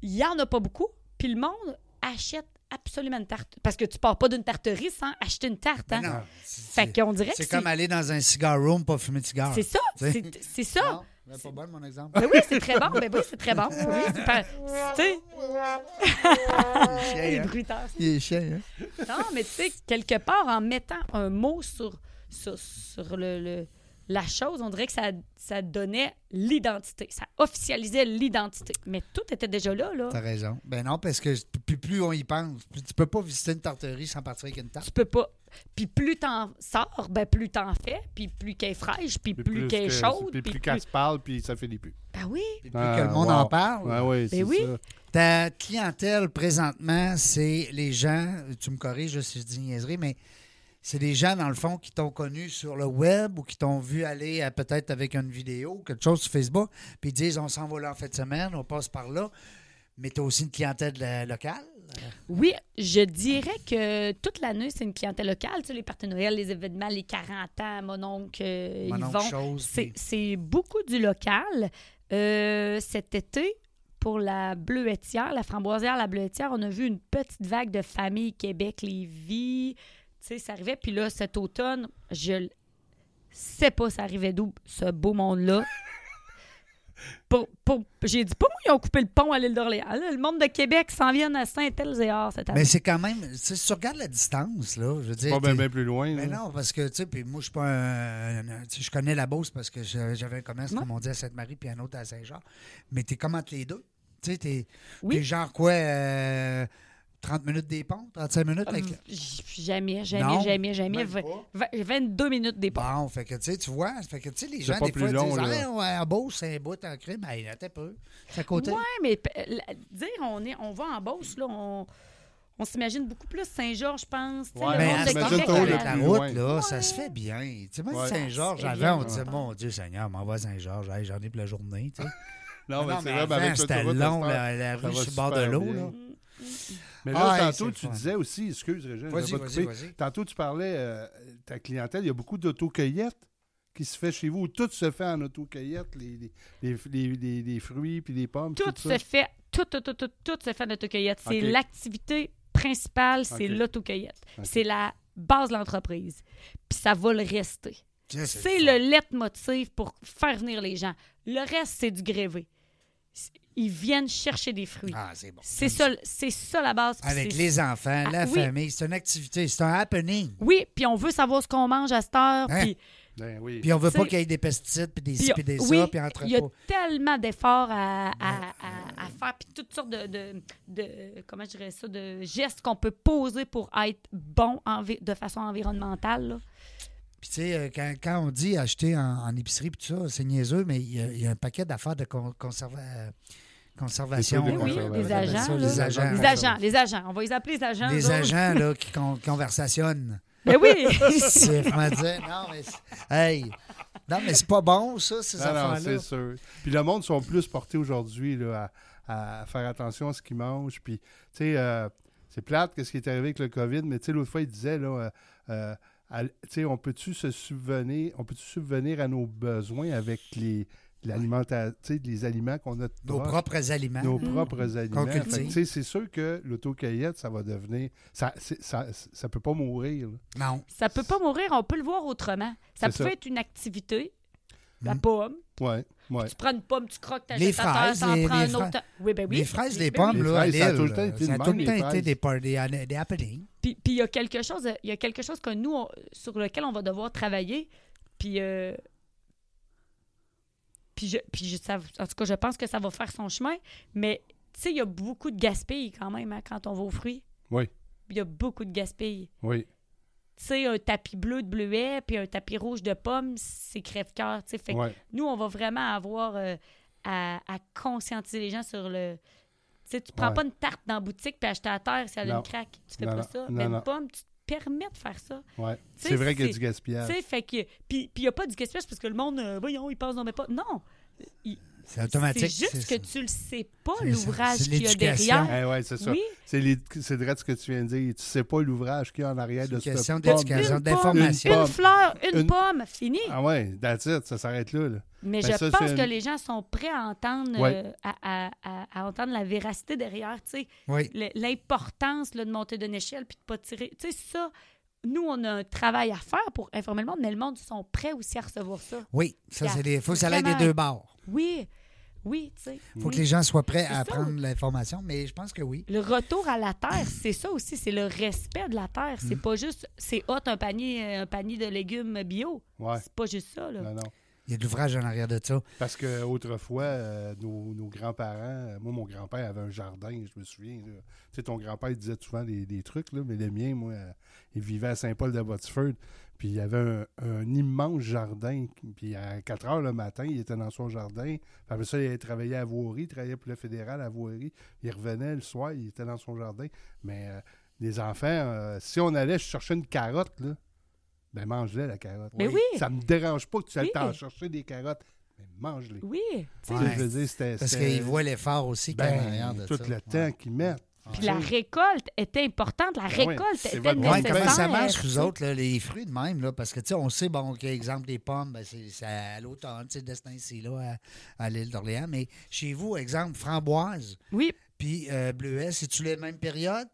[SPEAKER 3] il n'y en a pas beaucoup, puis le monde achète absolument une tarte. Parce que tu pars pas d'une tarterie sans acheter une tarte. Hein?
[SPEAKER 1] Mais Ben non,
[SPEAKER 3] Fait
[SPEAKER 1] c'est-
[SPEAKER 3] qu'on dirait que
[SPEAKER 1] C'est comme aller dans un cigar room pas fumer de cigare.
[SPEAKER 3] C'est ça,
[SPEAKER 1] Tu sais.
[SPEAKER 3] c'est c'est ça.
[SPEAKER 1] Non, mais pas bon, mon exemple.
[SPEAKER 3] Ben oui, c'est très bon. Ben oui, c'est très bon. Oui, c'est pas... Tu sais, Ah, les bruitages.
[SPEAKER 1] hein. Il est chien, hein?
[SPEAKER 3] Non, mais tu sais, quelque part, en mettant un mot sur, sur, sur le, le- la chose, on dirait que ça, ça donnait l'identité. Ça officialisait l'identité. Mais tout était déjà là, là.
[SPEAKER 1] T'as raison. Ben non, parce que plus, plus on y pense, plus tu peux pas visiter une tarterie sans partir avec une tarte.
[SPEAKER 3] Tu peux pas. Puis plus t'en sors, ben plus t'en fais, puis plus qu'elle est fraîche, puis
[SPEAKER 2] Puis
[SPEAKER 3] plus, qu'elle est
[SPEAKER 2] que-
[SPEAKER 3] chaude,
[SPEAKER 2] Puis
[SPEAKER 3] puis
[SPEAKER 2] plus
[SPEAKER 3] plus...
[SPEAKER 2] qu'elle se parle, puis ça Ah, fait des pubs.
[SPEAKER 3] Ben oui,
[SPEAKER 1] Puis plus que le monde en parle.
[SPEAKER 2] Ouais, ouais, Ben c'est
[SPEAKER 3] Ben oui.
[SPEAKER 2] ça.
[SPEAKER 1] Ta clientèle présentement, c'est les gens, tu me corriges là, si je dis niaiserie, mais c'est des gens, dans le fond, qui t'ont connu sur le web ou qui t'ont vu aller à- peut-être avec une vidéo ou quelque chose sur Facebook, puis ils disent on s'en va là en fin de semaine, on passe par là. Mais tu as aussi une clientèle euh, locale.
[SPEAKER 3] Oui, je dirais que toute l'année, c'est une clientèle locale. Tu sais, les partenariats, les événements, les 40 ans, mon oncle, euh,
[SPEAKER 1] Mon oncle
[SPEAKER 3] Yvon.
[SPEAKER 1] chose,
[SPEAKER 3] C'est
[SPEAKER 1] puis-
[SPEAKER 3] c'est beaucoup du local. Euh, cet été, pour la bleuetière, la framboisière, la bleuetière, on a vu une petite vague de familles Québec-Lévis. Tu sais, ça arrivait. Puis là, cet automne, je l- sais pas ça arrivait d'où, ce beau monde-là. Pour- pour- J'ai dit, pas moi, ils ont coupé le pont à l'île d'Orléans. là. Le monde de Québec s'en vient à Saint-Elzéar cette année.
[SPEAKER 1] Mais c'est quand même, tu sais, si tu regardes la distance, là, je veux dire.
[SPEAKER 2] Pas bien
[SPEAKER 1] t'es-
[SPEAKER 2] bien plus loin.
[SPEAKER 1] Mais
[SPEAKER 3] Mm.
[SPEAKER 2] là.
[SPEAKER 1] Ben non, parce que, tu sais, puis moi, je suis pas un. un- un- tu sais, je connais la Beauce parce que je- j'avais un commerce,
[SPEAKER 3] Ouais.
[SPEAKER 1] comme on dit, à Sainte-Marie, puis un autre à Saint-Jean. Mais t'es comme entre les deux. Tu sais, t'es
[SPEAKER 3] Oui.
[SPEAKER 1] t'es genre quoi, euh, 30 minutes des ponts, 35 minutes? avec-
[SPEAKER 3] Euh, J- Jamais, jamais,
[SPEAKER 1] Non,
[SPEAKER 3] jamais, jamais.
[SPEAKER 2] même
[SPEAKER 3] Vingt-
[SPEAKER 2] pas.
[SPEAKER 3] vingt- 22 minutes départ.
[SPEAKER 1] Bon, fait que tu sais, tu vois, fait que tu sais, les
[SPEAKER 2] C'est
[SPEAKER 1] gens,
[SPEAKER 2] pas
[SPEAKER 1] des
[SPEAKER 2] plus
[SPEAKER 1] fois,
[SPEAKER 2] long,
[SPEAKER 1] disent
[SPEAKER 2] là.
[SPEAKER 1] Ah, ouais, en beau, c'est un bout en crime. Ben, il attend un peu. C'est à côté.
[SPEAKER 3] Ouais, mais p- la- dire on, est, on va en Beauce, là, on, on s'imagine beaucoup plus Saint-Georges, je pense. Tu sais,
[SPEAKER 2] Ouais,
[SPEAKER 3] le
[SPEAKER 1] Mais
[SPEAKER 3] monde
[SPEAKER 1] à
[SPEAKER 3] de
[SPEAKER 1] ce
[SPEAKER 2] t'imagines
[SPEAKER 3] Québec,
[SPEAKER 1] temps-là,
[SPEAKER 2] tôt,
[SPEAKER 3] euh,
[SPEAKER 2] le
[SPEAKER 1] avec la
[SPEAKER 2] plus
[SPEAKER 1] route,
[SPEAKER 2] loin.
[SPEAKER 1] là, ça se fait bien. Tu sais, moi,
[SPEAKER 2] Ouais.
[SPEAKER 1] Saint-Georges,
[SPEAKER 3] Ça se fait
[SPEAKER 1] avant, on
[SPEAKER 3] bien, hein.
[SPEAKER 1] disait,
[SPEAKER 3] ouais.
[SPEAKER 1] mon Dieu Seigneur, m'en va à Saint-Georges, Hey, j'en ai pour la journée. tu sais.
[SPEAKER 2] Non, mais
[SPEAKER 1] Non,
[SPEAKER 2] c'est
[SPEAKER 1] mais
[SPEAKER 2] vrai, mais avec
[SPEAKER 1] avant, c'était
[SPEAKER 2] l'autoroute,
[SPEAKER 1] long,
[SPEAKER 2] à cette heure,
[SPEAKER 1] la, la
[SPEAKER 2] ça
[SPEAKER 1] rue
[SPEAKER 2] va
[SPEAKER 1] sur le bord de
[SPEAKER 2] super
[SPEAKER 1] l'eau.
[SPEAKER 2] bien.
[SPEAKER 1] là.
[SPEAKER 2] Mais là,
[SPEAKER 1] Ah, hey,
[SPEAKER 2] tantôt,
[SPEAKER 1] c'est
[SPEAKER 2] tu
[SPEAKER 1] le fun.
[SPEAKER 2] disais aussi, excuse Régine, je vais
[SPEAKER 1] Vas-y,
[SPEAKER 2] pas te
[SPEAKER 1] vas-y,
[SPEAKER 2] couper.
[SPEAKER 1] vas-y.
[SPEAKER 2] Tantôt, tu parlais, euh, ta clientèle, il y a beaucoup d'autocueillettes qui se fait chez vous. Tout se fait en autocueillette, les, les, les, les, les- les fruits puis les pommes.
[SPEAKER 3] tout,
[SPEAKER 2] Tout,
[SPEAKER 3] se
[SPEAKER 2] ça.
[SPEAKER 3] fait, tout, tout, tout, tout, tout se fait en autocueillette. C'est
[SPEAKER 2] OK.
[SPEAKER 3] l'activité principale, c'est
[SPEAKER 2] OK.
[SPEAKER 3] l'autocueillette.
[SPEAKER 2] OK.
[SPEAKER 3] C'est la base de l'entreprise. Puis ça va le rester.
[SPEAKER 1] Tu sais,
[SPEAKER 3] C'est le leitmotiv pour faire venir les gens. Le reste, c'est du grévé. C'est- Ils viennent chercher des fruits.
[SPEAKER 1] Ah, c'est bon.
[SPEAKER 3] C'est ça, c'est ça la base. puis
[SPEAKER 1] Avec
[SPEAKER 3] c'est-
[SPEAKER 1] les enfants, la
[SPEAKER 3] Ah, oui.
[SPEAKER 1] famille, c'est une activité, c'est un happening.
[SPEAKER 3] Oui, puis on veut savoir ce qu'on mange à cette heure.
[SPEAKER 1] Hein?
[SPEAKER 3] Puis
[SPEAKER 2] Ben oui.
[SPEAKER 1] Puis on veut
[SPEAKER 3] Tu
[SPEAKER 1] pas
[SPEAKER 3] sais-
[SPEAKER 1] qu'il y ait des pesticides, puis des
[SPEAKER 3] Puis,
[SPEAKER 1] ci, puis des
[SPEAKER 3] oui,
[SPEAKER 1] ça, puis entre
[SPEAKER 3] il y a tellement d'efforts à, à- à- à faire, puis toutes sortes de, de- de- comment je dirais ça, de gestes qu'on peut poser pour être bon envi- de façon environnementale. là.
[SPEAKER 1] Puis tu sais, euh, quand, quand on dit acheter en, en épicerie, puis tout ça, c'est niaiseux, mais il y, a- il y a un paquet d'affaires de con- conserva- euh, conservation.
[SPEAKER 2] Des
[SPEAKER 3] Oui,
[SPEAKER 2] trucs de
[SPEAKER 1] euh,
[SPEAKER 2] conservation.
[SPEAKER 1] comment
[SPEAKER 3] les
[SPEAKER 1] on appelle
[SPEAKER 3] agents,
[SPEAKER 1] ça,
[SPEAKER 3] là.
[SPEAKER 1] les agents.
[SPEAKER 3] les agents, les agents. On va les appeler les agents.
[SPEAKER 1] Les
[SPEAKER 3] eux autres.
[SPEAKER 1] agents, là, qui con- conversationnent.
[SPEAKER 3] Mais oui,
[SPEAKER 1] C'est comment dire, non, mais... c'est- Hey! Non, mais c'est pas bon, ça, ces
[SPEAKER 2] Non, non,
[SPEAKER 1] affaires-là.
[SPEAKER 2] c'est sûr. Puis le monde sont plus portés aujourd'hui là, à, à faire attention à ce qu'ils mangent. Puis, tu sais, euh, c'est plate que ce qui est arrivé avec le COVID, mais tu sais, l'autre fois, il disait, là, euh, euh, à- tu sais, on peut-tu se subvenir, on peut-tu subvenir à nos besoins avec les l'alimentation, tu sais, les aliments qu'on a de
[SPEAKER 1] Nos
[SPEAKER 2] proche,
[SPEAKER 1] propres aliments.
[SPEAKER 2] nos
[SPEAKER 3] Mm-hmm.
[SPEAKER 2] propres aliments. Fait que,
[SPEAKER 1] cultive.
[SPEAKER 2] tu sais, c'est sûr que l'autocueillette, ça va devenir, ça, c'est- ça, ça peut pas mourir. là.
[SPEAKER 1] Non.
[SPEAKER 3] ça peut pas mourir, on peut le voir autrement. Ça peut
[SPEAKER 2] C'est ça.
[SPEAKER 3] être une activité, la
[SPEAKER 1] Mm.
[SPEAKER 3] pomme.
[SPEAKER 2] Ouais, ouais.
[SPEAKER 3] Tu prends une pomme, tu croques ta
[SPEAKER 1] Les
[SPEAKER 3] jettes à terre,
[SPEAKER 1] fraises,
[SPEAKER 3] t'en
[SPEAKER 1] les-
[SPEAKER 3] prends
[SPEAKER 1] les
[SPEAKER 3] un autre.
[SPEAKER 1] fra-
[SPEAKER 3] Oui, ben oui.
[SPEAKER 1] Les fraises, les
[SPEAKER 3] Ben oui.
[SPEAKER 1] pommes,
[SPEAKER 2] Les
[SPEAKER 1] là,
[SPEAKER 2] fraises,
[SPEAKER 1] à
[SPEAKER 2] ça a
[SPEAKER 1] Lille,
[SPEAKER 2] tout le temps été
[SPEAKER 1] ça a
[SPEAKER 2] de
[SPEAKER 1] tout
[SPEAKER 2] même,
[SPEAKER 1] le
[SPEAKER 2] les
[SPEAKER 1] temps été
[SPEAKER 2] fraises.
[SPEAKER 1] des, par- des, des happenings.
[SPEAKER 3] Puis puis il y a quelque chose, il y a quelque chose que nous on- sur lequel on va devoir travailler. Puis euh, puis je, puis je- ça- en tout cas, je pense que ça va faire son chemin, mais tu sais, il y a beaucoup de gaspilles quand même hein, quand on va aux fruits.
[SPEAKER 2] Oui.
[SPEAKER 3] Il y a beaucoup de gaspilles.
[SPEAKER 2] Oui.
[SPEAKER 3] Tu sais, un tapis bleu de bleuet puis un tapis rouge de pommes, c'est crève-cœur, tu sais. Fait que
[SPEAKER 2] ouais.
[SPEAKER 3] nous, on va vraiment avoir euh, à, à conscientiser les gens sur le. Tu sais, tu prends
[SPEAKER 2] Ouais.
[SPEAKER 3] pas une tarte dans la boutique puis acheter à terre si elle a
[SPEAKER 2] Non.
[SPEAKER 3] une craque. Tu fais
[SPEAKER 2] Non,
[SPEAKER 3] pas
[SPEAKER 2] non,
[SPEAKER 3] ça.
[SPEAKER 2] non,
[SPEAKER 3] Mais
[SPEAKER 2] non.
[SPEAKER 3] une pomme, tu te permets de faire ça.
[SPEAKER 2] ouais.
[SPEAKER 3] sais,
[SPEAKER 2] C'est vrai qu'il y a
[SPEAKER 3] c'est-
[SPEAKER 2] du gaspillage.
[SPEAKER 3] Tu sais, fait que. Puis il n'y a pas du gaspillage parce que le monde, euh, voyons, il pense, non, mais pas. Non! Il-
[SPEAKER 1] C'est automatique.
[SPEAKER 3] C'est juste
[SPEAKER 1] ça.
[SPEAKER 3] que tu le sais pas,
[SPEAKER 1] C'est ça,
[SPEAKER 3] l'ouvrage
[SPEAKER 1] c'est
[SPEAKER 3] qu'il y a
[SPEAKER 1] l'éducation.
[SPEAKER 3] derrière.
[SPEAKER 2] Eh ouais, c'est ça.
[SPEAKER 3] Oui,
[SPEAKER 2] C'est les- c'est vrai ce que tu viens de dire. Tu sais pas l'ouvrage qu'il y a en arrière
[SPEAKER 1] C'est
[SPEAKER 2] de
[SPEAKER 1] une
[SPEAKER 2] ce
[SPEAKER 1] question
[SPEAKER 3] une
[SPEAKER 1] d'éducation,
[SPEAKER 3] pomme,
[SPEAKER 1] d'information.
[SPEAKER 2] Une
[SPEAKER 3] une
[SPEAKER 2] pomme.
[SPEAKER 3] fleur, une,
[SPEAKER 2] Une-
[SPEAKER 3] pomme, fini.
[SPEAKER 2] Ah ouais, that's it, ça s'arrête là. là.
[SPEAKER 3] mais
[SPEAKER 2] ben ça,
[SPEAKER 3] je
[SPEAKER 2] c'est
[SPEAKER 3] pense que
[SPEAKER 2] une-
[SPEAKER 3] les gens sont prêts à entendre,
[SPEAKER 2] Ouais.
[SPEAKER 3] euh, à, à- à- à entendre la véracité derrière, tu sais.
[SPEAKER 1] Oui.
[SPEAKER 3] le- l'importance là, de monter d'une échelle puis de pas tirer. Tu sais, ça, nous, on a un travail à faire pour informer le monde, mais le monde ils sont prêts aussi à recevoir ça.
[SPEAKER 1] Oui, ça, c'est les. Il faut que ça aille des
[SPEAKER 3] Vraiment.
[SPEAKER 1] deux bords.
[SPEAKER 3] Oui, oui, tu sais.
[SPEAKER 1] Il faut
[SPEAKER 3] oui.
[SPEAKER 1] que les gens soient prêts
[SPEAKER 3] C'est
[SPEAKER 1] à
[SPEAKER 3] ça.
[SPEAKER 1] prendre l'information, mais je pense que oui.
[SPEAKER 3] Le retour à la terre, c'est ça aussi, c'est le respect de la terre.
[SPEAKER 2] Mm.
[SPEAKER 3] C'est pas juste, c'est hot un panier, un panier de légumes bio.
[SPEAKER 2] Ouais.
[SPEAKER 3] C'est pas juste ça, là.
[SPEAKER 2] Non, non.
[SPEAKER 1] Il y a de l'ouvrage en arrière de ça.
[SPEAKER 2] Parce que autrefois, euh, nos, nos grands-parents, euh, moi, mon grand-père avait un jardin, je me souviens. là. Tu sais, ton grand-père disait souvent des, des trucs, là, mais le mien, moi, euh, il vivait à Saint-Paul-de-Botsford. Puis il avait un, un immense jardin. Puis à 4 heures le matin, il était dans son jardin. Puis après ça, il travaillait à Voirie, il travaillait pour le fédéral à Voirie. Il revenait le soir, il était dans son jardin. Mais euh, les enfants, euh, si on allait chercher une carotte, là, ben mange-la, la carotte.
[SPEAKER 3] Mais oui.
[SPEAKER 2] Ça me dérange pas que tu ailles
[SPEAKER 3] Oui.
[SPEAKER 2] t'en chercher des carottes, mais mange-les.
[SPEAKER 3] Oui, tu sais.
[SPEAKER 1] Ouais.
[SPEAKER 2] Je veux dire, c'était-
[SPEAKER 1] Parce
[SPEAKER 2] c'était-
[SPEAKER 1] qu'ils voient l'effort aussi qu'il y a en arrière
[SPEAKER 2] ben,
[SPEAKER 1] de
[SPEAKER 2] tout
[SPEAKER 1] ça.
[SPEAKER 2] le
[SPEAKER 1] Ouais.
[SPEAKER 2] temps qu'ils mettent.
[SPEAKER 3] Puis la récolte était importante, la
[SPEAKER 2] Ben oui,
[SPEAKER 3] récolte
[SPEAKER 2] c'est
[SPEAKER 3] était
[SPEAKER 2] votre-
[SPEAKER 1] Ouais,
[SPEAKER 3] nécessaire.
[SPEAKER 1] comment ça marche,
[SPEAKER 3] tu
[SPEAKER 1] vous
[SPEAKER 3] sais.
[SPEAKER 1] autres, là, les fruits de même? Là, parce que, tu sais, on sait, bon, OK, exemple, les pommes, ben, c'est c'est à l'automne, tu sais, destin ici, là, à, à l'île d'Orléans. Mais chez vous, exemple, framboise
[SPEAKER 3] Oui,
[SPEAKER 1] puis euh, bleuet, c'est-tu les mêmes périodes?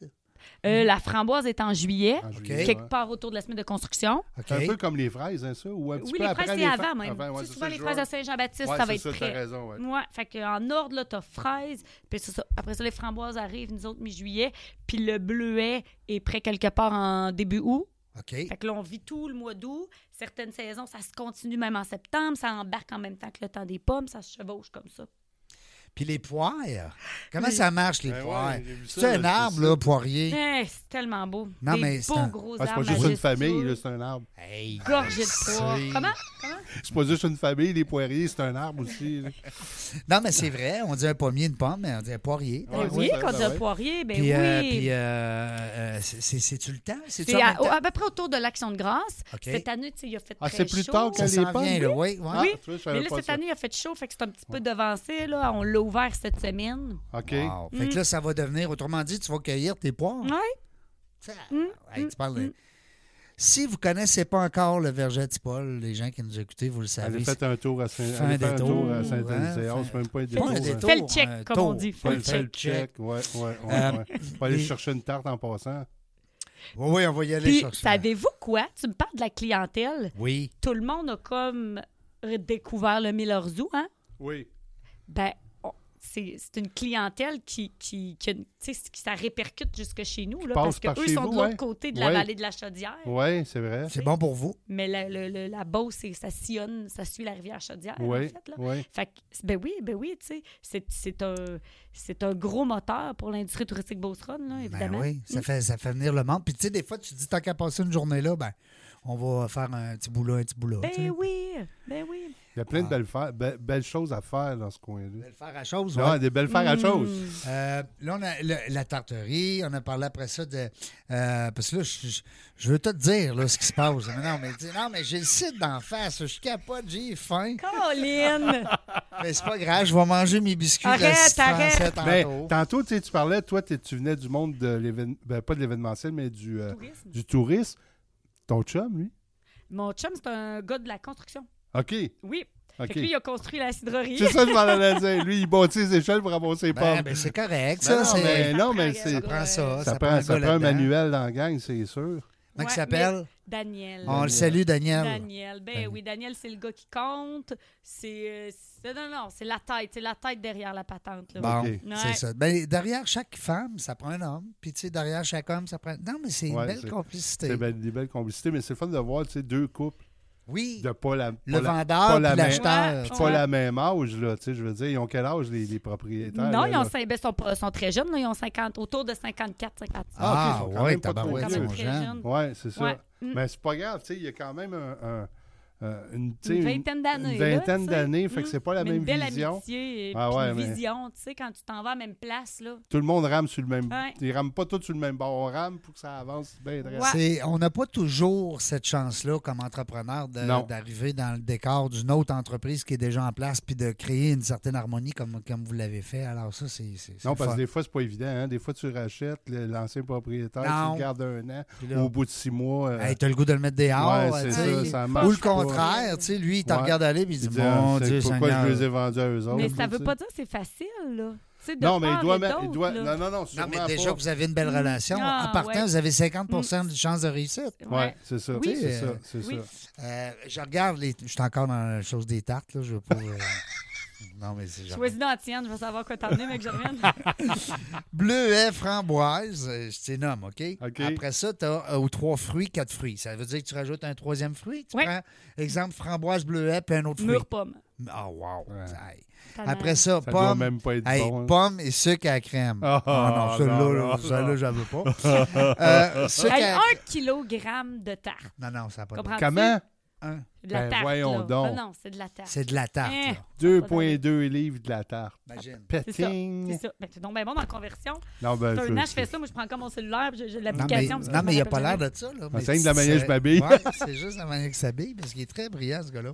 [SPEAKER 3] euh, la framboise est en juillet,
[SPEAKER 2] en
[SPEAKER 1] Ok.
[SPEAKER 2] juillet,
[SPEAKER 3] quelque
[SPEAKER 2] ouais.
[SPEAKER 3] part autour de la semaine de construction.
[SPEAKER 1] OK.
[SPEAKER 2] C'est un peu comme les fraises, hein, ça, ou un petit
[SPEAKER 3] Oui,
[SPEAKER 2] peu
[SPEAKER 3] les
[SPEAKER 2] après
[SPEAKER 3] fraises, c'est
[SPEAKER 2] les
[SPEAKER 3] avant
[SPEAKER 2] fra-
[SPEAKER 3] même.
[SPEAKER 2] ouais,
[SPEAKER 3] tu
[SPEAKER 2] c'est
[SPEAKER 3] sais, souvent,
[SPEAKER 2] ça,
[SPEAKER 3] les
[SPEAKER 2] je
[SPEAKER 3] fraises
[SPEAKER 2] vois.
[SPEAKER 3] à Saint-Jean-Baptiste,
[SPEAKER 2] Ouais,
[SPEAKER 3] ça
[SPEAKER 2] c'est
[SPEAKER 3] va être
[SPEAKER 2] t'as
[SPEAKER 3] prêt.
[SPEAKER 2] raison, ouais.
[SPEAKER 3] Ouais, fait que en ordre, là, t'as fraises, puis c'est ça. Après ça, les framboises arrivent, nous autres, mi-juillet, puis le bleuet est prêt quelque part en début août.
[SPEAKER 1] OK.
[SPEAKER 3] Fait que là, on vit tout le mois d'août. Certaines saisons, ça se continue même en septembre, ça embarque en même temps que le temps des pommes, ça se chevauche comme ça.
[SPEAKER 1] Puis les poires. Comment
[SPEAKER 3] Oui.
[SPEAKER 1] ça marche, les
[SPEAKER 2] Ben ouais,
[SPEAKER 1] poires?
[SPEAKER 2] j'ai vu ça,
[SPEAKER 1] c'est un
[SPEAKER 2] là, c'est
[SPEAKER 1] arbre,
[SPEAKER 2] ça.
[SPEAKER 1] là, poirier.
[SPEAKER 3] Eh, c'est tellement beau.
[SPEAKER 1] Non,
[SPEAKER 3] Des
[SPEAKER 1] mais c'est
[SPEAKER 3] beaux
[SPEAKER 1] un-
[SPEAKER 3] gros
[SPEAKER 2] Ah, c'est pas
[SPEAKER 3] arbres
[SPEAKER 2] juste une
[SPEAKER 3] majestueux,
[SPEAKER 2] famille, là, c'est un arbre.
[SPEAKER 1] Hey,
[SPEAKER 3] Gorgé de poids.
[SPEAKER 1] c'est-
[SPEAKER 3] Comment?
[SPEAKER 2] C'est pas juste une famille, les poiriers, c'est un arbre aussi. là.
[SPEAKER 1] Non, mais c'est vrai. On dit un pommier, une pomme, mais on dit un poirier.
[SPEAKER 2] Ouais,
[SPEAKER 3] Ben oui,
[SPEAKER 2] ouais,
[SPEAKER 3] quand
[SPEAKER 2] ben
[SPEAKER 3] on dit un
[SPEAKER 2] ouais.
[SPEAKER 3] poirier, ben
[SPEAKER 1] puis,
[SPEAKER 3] oui.
[SPEAKER 1] euh, puis, euh, euh, c'est- c'est- c'est-tu le temps? C'est-tu
[SPEAKER 3] C'est
[SPEAKER 1] en
[SPEAKER 3] à,
[SPEAKER 1] même temps?
[SPEAKER 3] à peu près autour de l'Action de grâce.
[SPEAKER 1] OK.
[SPEAKER 3] Cette année, tu sais, il a fait
[SPEAKER 2] Ah,
[SPEAKER 3] très
[SPEAKER 2] c'est plus
[SPEAKER 3] chaud.
[SPEAKER 2] tard que
[SPEAKER 1] Ça
[SPEAKER 2] les
[SPEAKER 1] s'en
[SPEAKER 2] pommes,
[SPEAKER 1] vient, là, oui. ouais.
[SPEAKER 3] Oui,
[SPEAKER 2] Ah, tu vois, je savais
[SPEAKER 3] mais là,
[SPEAKER 2] pas
[SPEAKER 3] cette
[SPEAKER 2] ça.
[SPEAKER 3] année, il a fait chaud, fait que c'est un petit peu devancé. Là. On l'a ouvert cette semaine.
[SPEAKER 2] OK.
[SPEAKER 1] Wow. Fait que
[SPEAKER 3] Mm.
[SPEAKER 1] là, ça va devenir, autrement dit, tu vas cueillir tes poires.
[SPEAKER 3] Oui. Mm.
[SPEAKER 1] Hey, tu parles de- Si vous ne connaissez pas encore le verger à Tipol, les gens qui nous écoutent, vous le
[SPEAKER 2] Elle
[SPEAKER 1] savez.
[SPEAKER 2] a fait un tour à saint
[SPEAKER 1] Fin
[SPEAKER 2] elle a fait un
[SPEAKER 1] détour,
[SPEAKER 2] tour à
[SPEAKER 1] hein,
[SPEAKER 2] Saint-Denis.
[SPEAKER 1] fin-
[SPEAKER 2] C'est même pas un
[SPEAKER 1] c'est
[SPEAKER 2] détour.
[SPEAKER 1] pas un
[SPEAKER 2] hein.
[SPEAKER 1] détour,
[SPEAKER 3] Fais le check,
[SPEAKER 1] un
[SPEAKER 3] comme on
[SPEAKER 1] tour.
[SPEAKER 3] dit,
[SPEAKER 2] Fais
[SPEAKER 3] fais
[SPEAKER 2] le fais le
[SPEAKER 1] check.
[SPEAKER 2] check. Ouais, ouais, ouais.
[SPEAKER 1] Euh,
[SPEAKER 2] ouais. Faut aller
[SPEAKER 1] les-
[SPEAKER 2] chercher une tarte en passant.
[SPEAKER 1] Oui, oui, on va y aller
[SPEAKER 3] Puis,
[SPEAKER 1] sur ça.
[SPEAKER 3] savez-vous quoi? Tu me parles de la clientèle.
[SPEAKER 1] Oui.
[SPEAKER 3] Tout le monde a comme redécouvert le Miller Zoo, hein?
[SPEAKER 2] Oui.
[SPEAKER 3] Ben, on- c'est c'est une clientèle qui, qui, qui, a une- tu sais, qui ça répercute jusque chez nous, là,
[SPEAKER 2] passe
[SPEAKER 3] parce
[SPEAKER 2] par
[SPEAKER 3] qu'eux
[SPEAKER 2] chez
[SPEAKER 3] sont
[SPEAKER 2] vous,
[SPEAKER 3] de l'autre
[SPEAKER 2] ouais.
[SPEAKER 3] côté de la
[SPEAKER 2] Ouais.
[SPEAKER 3] vallée de la Chaudière.
[SPEAKER 2] Oui, c'est vrai.
[SPEAKER 1] C'est bon pour vous.
[SPEAKER 3] Mais la, le- le- la Beauce, c'est- ça sillonne, ça suit la rivière Chaudière, en
[SPEAKER 2] Oui,
[SPEAKER 3] fait. Là.
[SPEAKER 2] oui.
[SPEAKER 3] Fait que, ben oui, ben oui, tu sais, c'est- c'est un, c'est un gros moteur pour l'industrie touristique beauceronne, là,
[SPEAKER 1] Ben
[SPEAKER 3] évidemment.
[SPEAKER 1] oui, ça fait, ça fait venir le monde. Puis tu sais, des fois, tu te dis, tant qu'à passer une journée là, ben, on va faire un petit boulot, un petit boulot.
[SPEAKER 3] Ben
[SPEAKER 1] tu sais.
[SPEAKER 3] oui, ben oui.
[SPEAKER 2] Il y a plein de belles, fa- be- belles choses à faire dans ce coin-là.
[SPEAKER 1] Belle faire à chose, ouais.
[SPEAKER 2] Ouais, des belles faire
[SPEAKER 3] Mmh.
[SPEAKER 2] à choses.
[SPEAKER 1] Euh, là, on a le- la tarterie, on a parlé après ça de. euh, parce que là, je, je- je veux tout te dire là, ce qui se passe. Mais non, mais, dis- non, mais j'ai le site d'en face. Je capote, j'ai faim.
[SPEAKER 3] Colin!
[SPEAKER 1] Mais c'est pas grave, je vais manger mes biscuits de la
[SPEAKER 3] Arrête,
[SPEAKER 1] cité
[SPEAKER 3] arrête.
[SPEAKER 1] française
[SPEAKER 2] Mais
[SPEAKER 1] tantôt. Ben,
[SPEAKER 2] tantôt, tu sais, tu parlais, toi, t'es- tu venais du monde de l'événement, pas de l'événementiel, mais du, euh,
[SPEAKER 3] Tourisme.
[SPEAKER 2] du tourisme. Ton chum, lui?
[SPEAKER 3] Mon chum, c'est un gars de la construction.
[SPEAKER 2] OK,
[SPEAKER 3] Oui. Fait
[SPEAKER 2] OK.
[SPEAKER 3] que lui, il a construit la cidrerie.
[SPEAKER 2] C'est ça que je m'en allais dire. Lui, il bâtit ses échelles pour ramasser ses
[SPEAKER 1] Ben,
[SPEAKER 2] pommes.
[SPEAKER 1] ben, c'est correct,
[SPEAKER 2] Ben
[SPEAKER 1] ça.
[SPEAKER 2] non,
[SPEAKER 1] c'est-
[SPEAKER 2] mais non, mais
[SPEAKER 3] Ça
[SPEAKER 2] c'est.
[SPEAKER 1] ça prend ça.
[SPEAKER 3] Ouais.
[SPEAKER 2] Ça prend, ça
[SPEAKER 1] gars
[SPEAKER 2] prend
[SPEAKER 1] là-dedans.
[SPEAKER 2] un manuel dans la gang, c'est sûr.
[SPEAKER 1] Comment il
[SPEAKER 3] Ouais,
[SPEAKER 1] s'appelle?
[SPEAKER 3] Daniel.
[SPEAKER 1] On le salue, Daniel.
[SPEAKER 3] Daniel. Ben oui, Daniel, c'est le gars qui compte. C'est. euh, c'est- Non, non, c'est la tête. C'est la tête derrière la patente. là.
[SPEAKER 1] Bon,
[SPEAKER 2] Ok.
[SPEAKER 1] c'est
[SPEAKER 3] Ouais.
[SPEAKER 1] ça. Ben, derrière chaque femme, ça prend un homme. Puis, tu sais, derrière chaque homme, ça prend. Non, mais c'est une
[SPEAKER 2] Ouais,
[SPEAKER 1] belle
[SPEAKER 2] c'est-
[SPEAKER 1] complicité.
[SPEAKER 2] C'est ben- des belles complicités, mais c'est le fun de voir tu sais, deux couples
[SPEAKER 1] Oui,
[SPEAKER 2] de pas la,
[SPEAKER 1] le
[SPEAKER 2] pas la-
[SPEAKER 1] vendeur
[SPEAKER 2] pas
[SPEAKER 1] et
[SPEAKER 2] la main-
[SPEAKER 1] l'acheteur.
[SPEAKER 3] Ouais.
[SPEAKER 1] tu sais.
[SPEAKER 2] pas la même âge. Là, tu sais, je veux dire, ils ont quel âge, les, les propriétaires?
[SPEAKER 3] Non,
[SPEAKER 2] là,
[SPEAKER 3] ils ont
[SPEAKER 2] là?
[SPEAKER 3] cin- ben, sont, pas- sont très jeunes. là. Ils ont 50, autour de 54, 55.
[SPEAKER 1] Ah,
[SPEAKER 2] Ah, ok, ils sont quand
[SPEAKER 1] ouais,
[SPEAKER 2] même pas trop
[SPEAKER 1] tabarouette,
[SPEAKER 3] Ils
[SPEAKER 1] ils
[SPEAKER 3] sont
[SPEAKER 1] sont
[SPEAKER 3] très
[SPEAKER 1] jeunes.
[SPEAKER 3] jeunes.
[SPEAKER 2] Ouais, c'est ça.
[SPEAKER 3] Ouais. Mm.
[SPEAKER 2] Mais c'est pas grave, tu sais, il y a quand même un- un- euh, une, tu sais,
[SPEAKER 3] Une vingtaine d'années.
[SPEAKER 2] Une
[SPEAKER 3] là,
[SPEAKER 2] vingtaine
[SPEAKER 3] tu sais.
[SPEAKER 2] d'années, fait
[SPEAKER 3] Mm.
[SPEAKER 2] que c'est pas la
[SPEAKER 3] Mais
[SPEAKER 2] même
[SPEAKER 3] une belle
[SPEAKER 2] vision.
[SPEAKER 3] amitié et
[SPEAKER 2] Ah
[SPEAKER 3] puis
[SPEAKER 2] ouais,
[SPEAKER 3] une
[SPEAKER 2] mais-
[SPEAKER 3] vision, tu sais, quand tu t'en vas à la même place, là.
[SPEAKER 2] Tout le monde rame sur le même.
[SPEAKER 3] Ouais.
[SPEAKER 2] Ils rament pas tous sur le même bord. On rame pour que ça avance bien. droit.
[SPEAKER 3] Ouais.
[SPEAKER 1] C'est- On n'a pas toujours cette chance-là comme entrepreneur de-
[SPEAKER 2] Non.
[SPEAKER 1] d'arriver dans le décor d'une autre entreprise qui est déjà en place puis de créer une certaine harmonie comme, comme vous l'avez fait. Alors ça, c'est c'est- c'est
[SPEAKER 2] Non, parce
[SPEAKER 1] fun.
[SPEAKER 2] que des fois, c'est pas évident. hein. Des fois, tu rachètes le- l'ancien propriétaire,
[SPEAKER 1] Non.
[SPEAKER 2] tu le gardes un an.
[SPEAKER 1] Puis là,
[SPEAKER 2] Au bout de six mois, euh,
[SPEAKER 1] hey, t'as le goût de le mettre dehors.
[SPEAKER 2] ouais,
[SPEAKER 1] tu
[SPEAKER 2] c'est
[SPEAKER 1] sais.
[SPEAKER 2] ça, ça marche.
[SPEAKER 1] Ou le
[SPEAKER 2] pas.
[SPEAKER 1] contraire, tu sais, lui, il te
[SPEAKER 2] Ouais.
[SPEAKER 1] regarde aller puis il
[SPEAKER 2] Il
[SPEAKER 1] dit,
[SPEAKER 2] dit,
[SPEAKER 1] mon
[SPEAKER 2] Ah, c'est
[SPEAKER 1] Dieu,
[SPEAKER 2] pourquoi
[SPEAKER 1] Seigneur.
[SPEAKER 2] je les ai vendus à eux autres?
[SPEAKER 3] Mais ça veut
[SPEAKER 2] tu
[SPEAKER 3] pas
[SPEAKER 2] sais.
[SPEAKER 3] dire que c'est facile, là. Tu sais, de
[SPEAKER 2] Non, mais il
[SPEAKER 3] part
[SPEAKER 2] doit
[SPEAKER 3] et
[SPEAKER 2] mettre. il
[SPEAKER 3] d'autre,
[SPEAKER 2] doit-
[SPEAKER 3] là.
[SPEAKER 2] Non, non, non,
[SPEAKER 1] Non,
[SPEAKER 2] sûrement
[SPEAKER 1] mais déjà
[SPEAKER 2] pas.
[SPEAKER 1] que vous avez une belle
[SPEAKER 2] Mm.
[SPEAKER 1] relation.
[SPEAKER 3] Ah,
[SPEAKER 1] en partant,
[SPEAKER 3] ouais. Mm.
[SPEAKER 1] vous avez 50 de chance de réussite.
[SPEAKER 2] Ouais, c'est ça.
[SPEAKER 3] Oui.
[SPEAKER 2] C'est ça. C'est
[SPEAKER 3] Oui.
[SPEAKER 2] ça.
[SPEAKER 1] Euh, je regarde les. Je suis encore dans la chose des tartes, là. Je veux pas. euh, non, mais c'est genre.
[SPEAKER 3] Choisis dans la tienne, je veux savoir quoi t'emmener, mais que je revienne.
[SPEAKER 1] Bleuet, framboise, euh, je t'ai nomme, OK?
[SPEAKER 2] OK.
[SPEAKER 1] Après ça, tu as trois fruits, quatre fruits. Ça veut dire que tu rajoutes un troisième fruit. Tu
[SPEAKER 3] Ouais.
[SPEAKER 1] prends, exemple, framboise, bleuet, puis un autre fruit.
[SPEAKER 3] Mûre Ah, pomme.
[SPEAKER 1] Ah, wow.
[SPEAKER 2] Ouais.
[SPEAKER 1] Aïe.
[SPEAKER 3] Tellement.
[SPEAKER 1] Après ça,
[SPEAKER 2] Ça doit
[SPEAKER 1] pomme.
[SPEAKER 2] même pas être
[SPEAKER 1] hey,
[SPEAKER 2] bon. hein.
[SPEAKER 1] pomme et sucre à la crème.
[SPEAKER 2] Ah,
[SPEAKER 1] non, non, celle-là,
[SPEAKER 2] non,
[SPEAKER 1] là,
[SPEAKER 2] non,
[SPEAKER 1] celle-là,
[SPEAKER 2] non.
[SPEAKER 1] j'en veux pas. Euh, sucre
[SPEAKER 3] Hey,
[SPEAKER 1] à la
[SPEAKER 3] un kilogramme de tarte.
[SPEAKER 1] Non, non, ça n'a pas de bon.
[SPEAKER 3] Comprends-tu?
[SPEAKER 2] Comment?
[SPEAKER 1] Un.
[SPEAKER 3] De la
[SPEAKER 2] Ben,
[SPEAKER 3] tarte.
[SPEAKER 2] voyons
[SPEAKER 3] là.
[SPEAKER 2] donc.
[SPEAKER 3] Ah non, c'est de la tarte.
[SPEAKER 1] C'est de la tarte,
[SPEAKER 3] Hein.
[SPEAKER 1] là.
[SPEAKER 2] 2,2 livres de la tarte.
[SPEAKER 1] Imagine.
[SPEAKER 3] C'est ça.
[SPEAKER 2] Petting.
[SPEAKER 3] C'est ça. Ben, t'es donc ben bon dans la conversion.
[SPEAKER 2] Non, ben,
[SPEAKER 3] T'as
[SPEAKER 2] je-
[SPEAKER 3] un an, je fais ça. Moi, je prends comme mon cellulaire, puis j'ai j'ai
[SPEAKER 1] Non, mais,
[SPEAKER 3] l'application. puis je
[SPEAKER 1] non, mais il n'y a
[SPEAKER 3] me
[SPEAKER 1] pas l'air
[SPEAKER 3] rappelle
[SPEAKER 1] de ça. Là, mais
[SPEAKER 2] enseigne de la manière que je
[SPEAKER 1] c'est-
[SPEAKER 2] m'habille.
[SPEAKER 1] Ouais, c'est juste la manière que je s'habille, parce qu'il est très brillant, ce gars-là.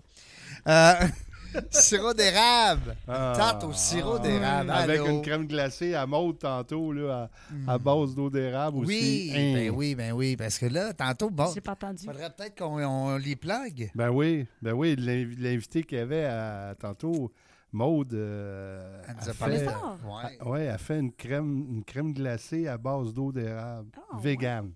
[SPEAKER 1] Euh, sirop d'érable.
[SPEAKER 2] Ah.
[SPEAKER 1] Une tarte au sirop
[SPEAKER 2] Ah.
[SPEAKER 1] d'érable.
[SPEAKER 2] Avec
[SPEAKER 1] allô? Hmm.
[SPEAKER 2] une crème glacée à maude tantôt, là, à, à base d'eau d'érable aussi.
[SPEAKER 1] Oui,
[SPEAKER 2] Hein.
[SPEAKER 1] ben oui, ben oui. Parce que là, tantôt, bon,
[SPEAKER 3] J'ai pas entendu.
[SPEAKER 1] il faudrait peut-être qu'on on les plague.
[SPEAKER 2] Ben oui, ben oui, l'inv- l'invité qu'il y avait à, tantôt, Maude. euh,
[SPEAKER 1] Elle nous
[SPEAKER 2] a
[SPEAKER 1] a parlé
[SPEAKER 2] fait-
[SPEAKER 1] de...
[SPEAKER 3] ça.
[SPEAKER 1] Ouais.
[SPEAKER 2] Ah, Ouais, elle fait une crème, une crème glacée à base d'eau d'érable.
[SPEAKER 3] Ah,
[SPEAKER 2] vegan.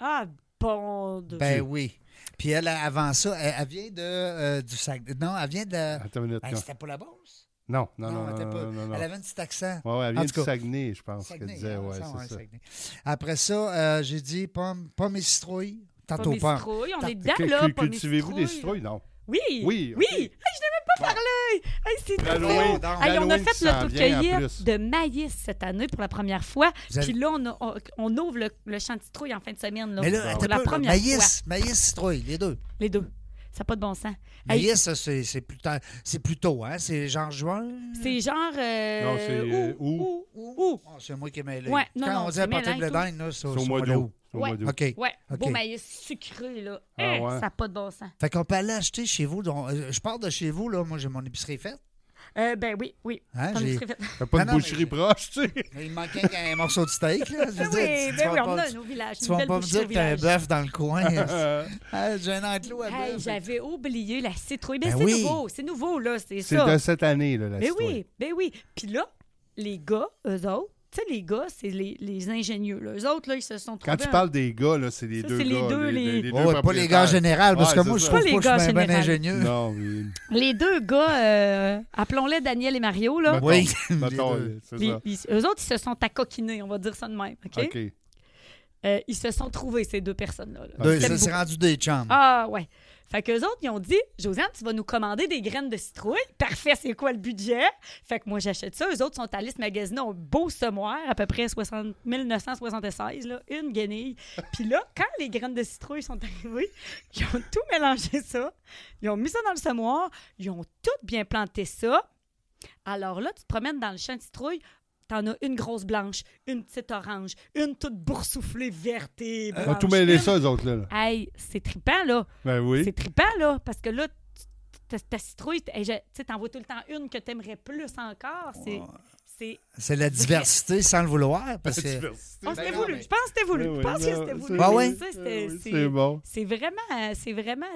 [SPEAKER 3] Ah, bon de...
[SPEAKER 1] Ben oui. Puis elle, avant ça, elle, elle vient de, euh, du sac. Non, elle vient de...
[SPEAKER 2] Attends une minute.
[SPEAKER 1] Elle, Ben, C'était pas la bourse?
[SPEAKER 2] Non, Ah, non, non, non,
[SPEAKER 1] elle
[SPEAKER 2] non,
[SPEAKER 1] était pas-
[SPEAKER 2] non, non, non.
[SPEAKER 1] Elle avait un petit accent.
[SPEAKER 2] Ouais, ouais, elle
[SPEAKER 1] En
[SPEAKER 2] vient
[SPEAKER 1] tout cas,
[SPEAKER 2] du Saguenay, je pense qu'elle
[SPEAKER 1] Saguenay,
[SPEAKER 2] disait.
[SPEAKER 1] hein,
[SPEAKER 2] Ouais,
[SPEAKER 1] ça, ouais,
[SPEAKER 2] c'est ça.
[SPEAKER 1] Saguenay. Après ça, euh, j'ai dit pomme, pomme et citrouille. Tantôt
[SPEAKER 3] Pas mes
[SPEAKER 1] pomme.
[SPEAKER 3] citrouilles, on
[SPEAKER 1] Tarte-
[SPEAKER 3] est dedans,
[SPEAKER 2] Que-
[SPEAKER 3] là.
[SPEAKER 2] que-
[SPEAKER 3] pas mes
[SPEAKER 2] Cultivez-vous des citrouilles?
[SPEAKER 3] citrouilles.
[SPEAKER 2] Non.
[SPEAKER 3] Oui.
[SPEAKER 2] Oui,
[SPEAKER 3] Oui.
[SPEAKER 2] ok.
[SPEAKER 3] Hey, je l'ai même pas par l'œil! Hey, c'est trop
[SPEAKER 2] L'Halloween-
[SPEAKER 3] beau. Hey, on a
[SPEAKER 2] l'Halloween
[SPEAKER 3] fait
[SPEAKER 2] qui s'en
[SPEAKER 3] notre
[SPEAKER 2] vient en
[SPEAKER 3] cueillette
[SPEAKER 2] plus.
[SPEAKER 3] de maïs cette année pour la première fois.
[SPEAKER 1] Vous avez-
[SPEAKER 3] Puis là, on, a- on- on ouvre le, le champ de citrouille en fin de semaine. Là,
[SPEAKER 1] Mais là,
[SPEAKER 3] pour
[SPEAKER 1] attends
[SPEAKER 3] la
[SPEAKER 1] un peu, là.
[SPEAKER 3] première fois.
[SPEAKER 1] maïs, maïs, citrouille, les deux.
[SPEAKER 3] Les deux. Ça n'a pas de bon sens. Hey,
[SPEAKER 1] Maïs, ça, c'est c'est plus, tard- c'est plus tôt, hein? C'est genre juin?
[SPEAKER 3] c'est genre. euh,
[SPEAKER 2] Non, c'est, euh,
[SPEAKER 3] où,
[SPEAKER 2] où?
[SPEAKER 3] où, où.
[SPEAKER 1] Oh, c'est moi qui ai mêlé.
[SPEAKER 3] Ouais, non,
[SPEAKER 1] Quand
[SPEAKER 3] non,
[SPEAKER 1] on dit
[SPEAKER 3] tu
[SPEAKER 1] à partir
[SPEAKER 3] mêles,
[SPEAKER 1] de
[SPEAKER 3] hein,
[SPEAKER 1] l'Inde, là, c'est
[SPEAKER 2] C'est
[SPEAKER 1] au
[SPEAKER 2] au mois
[SPEAKER 1] mois
[SPEAKER 2] d'août. C'est au
[SPEAKER 3] Ouais.
[SPEAKER 2] mois d'août.
[SPEAKER 1] OK.
[SPEAKER 3] Ouais, beau
[SPEAKER 1] OK.
[SPEAKER 3] maïs sucré, là.
[SPEAKER 2] Ah
[SPEAKER 3] Hein,
[SPEAKER 2] ouais.
[SPEAKER 3] Ça n'a pas de bon sens.
[SPEAKER 1] Fait qu'on peut aller acheter chez vous. donc, euh, je pars de chez vous, là. Moi, j'ai mon épicerie faite.
[SPEAKER 3] Euh, ben oui, oui.
[SPEAKER 1] Hein,
[SPEAKER 3] Ton
[SPEAKER 1] j'ai-
[SPEAKER 3] épicerie faite.
[SPEAKER 2] T'as pas
[SPEAKER 1] Non,
[SPEAKER 2] de
[SPEAKER 1] non, mais
[SPEAKER 2] boucherie
[SPEAKER 1] je-
[SPEAKER 2] proche, tu sais.
[SPEAKER 1] Il me manquait un morceau de steak, là. Je veux
[SPEAKER 3] Ben
[SPEAKER 1] dire,
[SPEAKER 3] oui,
[SPEAKER 1] tu- tu
[SPEAKER 3] ben
[SPEAKER 1] vas
[SPEAKER 3] oui,
[SPEAKER 1] pas-
[SPEAKER 3] on a
[SPEAKER 1] tu-
[SPEAKER 3] nos villages.
[SPEAKER 1] Tu
[SPEAKER 3] une
[SPEAKER 1] vas
[SPEAKER 3] belle
[SPEAKER 1] pas me
[SPEAKER 3] boucherie
[SPEAKER 1] dire
[SPEAKER 3] au
[SPEAKER 1] que t'as un
[SPEAKER 3] village.
[SPEAKER 1] bœuf dans le coin.
[SPEAKER 2] Euh,
[SPEAKER 1] Ah, J'ai un enclos à
[SPEAKER 3] Hey,
[SPEAKER 1] bœuf.
[SPEAKER 3] j'avais oublié la citrouille. Ben,
[SPEAKER 1] Ben
[SPEAKER 3] c'est
[SPEAKER 1] oui.
[SPEAKER 3] nouveau, c'est nouveau, là, c'est
[SPEAKER 2] C'est
[SPEAKER 3] ça.
[SPEAKER 2] de cette année, là, la
[SPEAKER 3] Ben
[SPEAKER 2] citrouille.
[SPEAKER 3] oui, ben oui. Puis là, les gars, eux autres, tu sais, les gars, c'est les, les ingénieux. Là. Eux autres, là, ils se sont trouvés...
[SPEAKER 2] Quand tu
[SPEAKER 3] un-
[SPEAKER 2] parles des gars, là, c'est les
[SPEAKER 3] ben. Ça,
[SPEAKER 2] deux
[SPEAKER 3] c'est les
[SPEAKER 2] gars.
[SPEAKER 3] deux, les-
[SPEAKER 1] Ouais, ouais, pas les gars en
[SPEAKER 2] propriétaires.
[SPEAKER 1] général, parce
[SPEAKER 2] Ouais,
[SPEAKER 1] que moi, je
[SPEAKER 2] c'est ça.
[SPEAKER 1] trouve
[SPEAKER 3] Pas les
[SPEAKER 1] pas que je
[SPEAKER 3] gars
[SPEAKER 1] suis
[SPEAKER 3] en
[SPEAKER 1] un bon
[SPEAKER 3] général.
[SPEAKER 1] ingénieux.
[SPEAKER 2] Non, mais.
[SPEAKER 3] Les deux gars, euh, appelons-les Daniel et Mario, là.
[SPEAKER 2] mettons,
[SPEAKER 1] Oui.
[SPEAKER 2] mettons, euh,
[SPEAKER 1] Les deux.
[SPEAKER 2] c'est
[SPEAKER 3] Les-
[SPEAKER 2] ça.
[SPEAKER 3] ils- eux autres, ils se sont accoquinés, on va dire ça de même, OK?
[SPEAKER 2] OK.
[SPEAKER 3] Euh, ils se sont trouvés, ces deux personnes-là. là.
[SPEAKER 1] Deux,
[SPEAKER 2] Ok.
[SPEAKER 1] ça
[SPEAKER 3] J'aime
[SPEAKER 1] s'est rendu des chums.
[SPEAKER 3] Ah ouais. Fait qu'eux autres, ils ont dit Josiane, tu vas nous commander des graines de citrouille. Parfait, c'est quoi le budget? Fait que moi, j'achète ça. Eux autres sont allés se magasiner un beau semoir, à peu près 60 1976, là, une guenille. Puis là, quand les graines de citrouille sont arrivées, ils ont tout mélangé ça. Ils ont mis ça dans le semoir. Ils ont tout bien planté ça. Alors là, tu te promènes dans le champ de citrouille. T'en as une grosse blanche, une petite orange, une toute boursouflée verte et
[SPEAKER 2] On
[SPEAKER 3] blanche.
[SPEAKER 2] va tout mêler
[SPEAKER 3] une-
[SPEAKER 2] ça, eux autres, là. là.
[SPEAKER 3] Hey, c'est trippant, là.
[SPEAKER 2] Ben oui.
[SPEAKER 3] C'est trippant, là, parce que là, tu- ta, ta citrouille, t- hey, je- tu sais, t'en vois tout le temps une que t'aimerais plus encore. C'est. c'est-
[SPEAKER 1] C'est la diversité sans le vouloir. Parce que...
[SPEAKER 3] Oh, c'était
[SPEAKER 1] ben non,
[SPEAKER 3] voulu.
[SPEAKER 1] mais-
[SPEAKER 3] Je pense que c'était voulu.
[SPEAKER 2] Ben
[SPEAKER 3] Je
[SPEAKER 2] oui,
[SPEAKER 3] pense que
[SPEAKER 2] ben,
[SPEAKER 3] c'était
[SPEAKER 2] c'est-
[SPEAKER 3] voulu.
[SPEAKER 1] Ah ouais?
[SPEAKER 3] Ça,
[SPEAKER 2] Ben
[SPEAKER 3] c'était-
[SPEAKER 2] oui,
[SPEAKER 3] c'est-
[SPEAKER 2] C'est bon.
[SPEAKER 3] C'est vraiment. C'est vraiment.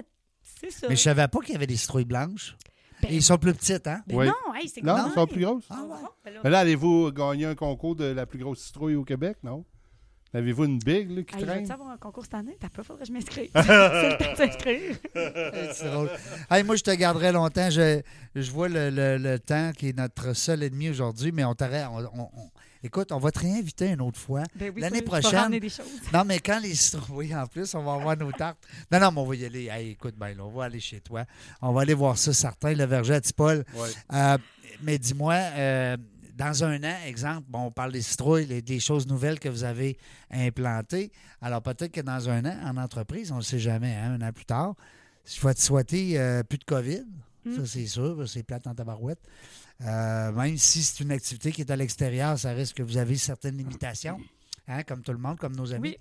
[SPEAKER 3] C'est ça.
[SPEAKER 1] Mais je savais pas qu'il y avait des citrouilles blanches.
[SPEAKER 3] Ben-
[SPEAKER 1] Et ils sont plus petites, hein?
[SPEAKER 3] Ben
[SPEAKER 2] Ouais.
[SPEAKER 3] non, hey, c'est
[SPEAKER 2] Non,
[SPEAKER 3] ouais.
[SPEAKER 2] elles sont plus grosses.
[SPEAKER 1] Ah ouais.
[SPEAKER 3] Ben là,
[SPEAKER 2] Mais là, allez-vous gagner un concours de la plus grosse citrouille au Québec, non? Avez-vous une big là, qui
[SPEAKER 3] hey, je vais
[SPEAKER 2] traîne?
[SPEAKER 3] avoir un concours cette année? T'as pas, faudrait que je m'inscrive. c'est le temps de s'inscrire.
[SPEAKER 1] C'est drôle. Hey, moi, je te garderai longtemps. Je, je vois le, le- le temps qui est notre seul ennemi aujourd'hui, mais on t'arrête. on- on- on- Écoute, on va te réinviter une autre fois.
[SPEAKER 3] Ben oui,
[SPEAKER 1] L'année
[SPEAKER 3] faut- faut
[SPEAKER 1] prochaine-
[SPEAKER 3] ramener des choses.
[SPEAKER 1] Non, mais quand les citrouilles, en plus, on va avoir nos tartes. Non, non, mais on va y aller. Hey, écoute, ben, là, on va aller chez toi. On va aller voir ça, certain, le verger à Tipol.
[SPEAKER 2] Ouais.
[SPEAKER 1] Euh, mais dis-moi, euh, dans un an, exemple, bon, on parle des citrouilles, les- des choses nouvelles que vous avez implantées. Alors peut-être que dans un an, en entreprise, on ne sait jamais, hein, un an plus tard, je vais te souhaiter euh, plus de COVID. Ça, c'est sûr, parce que c'est plate en tabarouette. Euh, même si c'est une activité qui est à l'extérieur, ça risque que vous avez certaines limitations, hein, comme tout le monde, comme nos amis.
[SPEAKER 3] Oui.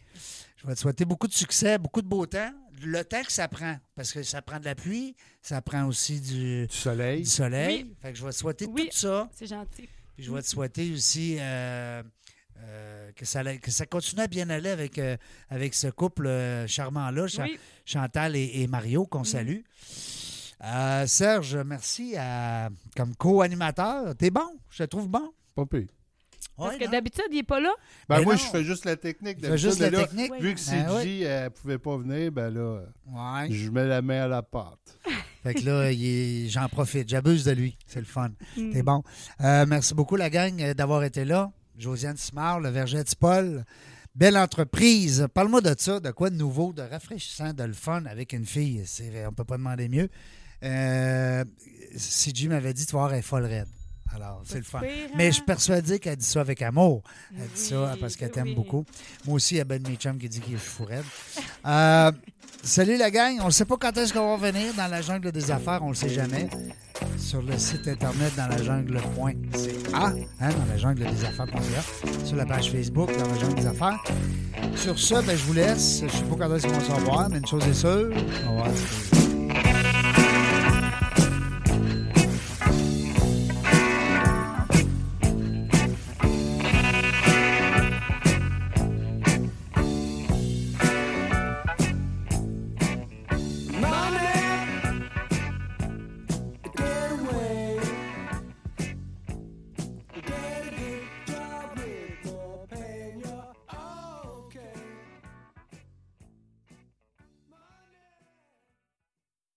[SPEAKER 1] Je vais te souhaiter beaucoup de succès, beaucoup de beau temps. Le temps que ça prend, parce que ça prend de la pluie, ça prend aussi du,
[SPEAKER 2] Du soleil.
[SPEAKER 1] du soleil. Fait que je vais te souhaiter
[SPEAKER 3] Oui.
[SPEAKER 1] tout ça.
[SPEAKER 3] C'est gentil.
[SPEAKER 1] Puis je vais te souhaiter aussi euh, euh, que, ça, la- que ça continue à bien aller avec, euh, avec ce couple euh, charmant-là, Cha-
[SPEAKER 3] Oui. Mhm.
[SPEAKER 1] Chantal et, et Mario, qu'on salue. Euh, Serge, merci à- comme co-animateur. T'es bon, je te trouve bon.
[SPEAKER 2] Pas pire.
[SPEAKER 3] Parce
[SPEAKER 1] Ouais,
[SPEAKER 3] que
[SPEAKER 1] non?
[SPEAKER 3] d'habitude, il est pas là.
[SPEAKER 2] Ben
[SPEAKER 1] Mais
[SPEAKER 2] moi,
[SPEAKER 1] non.
[SPEAKER 2] je fais juste la technique.
[SPEAKER 1] Tu fais juste la
[SPEAKER 2] d'habitude, mais là,
[SPEAKER 1] technique.
[SPEAKER 2] Vu que c'est
[SPEAKER 1] Ben ouais.
[SPEAKER 2] elle pouvait pas venir, ben là,
[SPEAKER 1] Ouais.
[SPEAKER 2] je mets la main à la pâte.
[SPEAKER 1] Fait que là, il est- j'en profite. J'abuse de lui. C'est le fun.
[SPEAKER 3] Mm.
[SPEAKER 1] T'es bon. Euh, merci beaucoup, la gang, euh, d'avoir été là. Josiane Simard, le Verget Paul. Belle entreprise. Parle-moi de ça. De quoi de nouveau, de rafraîchissant, de le fun avec une fille. C'est vrai, on peut pas demander mieux. Euh, CJ m'avait dit, tu vas avoir un folle raide. Alors, c'est le fun.
[SPEAKER 3] si pire, hein?
[SPEAKER 1] Mais je suis persuadé qu'elle dit ça avec amour. Elle dit ça
[SPEAKER 3] Oui,
[SPEAKER 1] parce qu'elle
[SPEAKER 3] oui.
[SPEAKER 1] t'aime beaucoup. Moi aussi, il y a Ben Mitchum qui dit qu'il est fou raide. Euh, salut la gang. On ne sait pas quand est-ce qu'on va venir dans la jungle des affaires. On ne le sait jamais. Sur le site internet dans la jungle.ca, hein, dans la jungle des affaires.ca, sur la page Facebook dans la jungle des affaires. Sur ce, ben, je vous laisse. Je ne sais pas quand est-ce qu'on va se revoir, mais une chose est sûre, on va se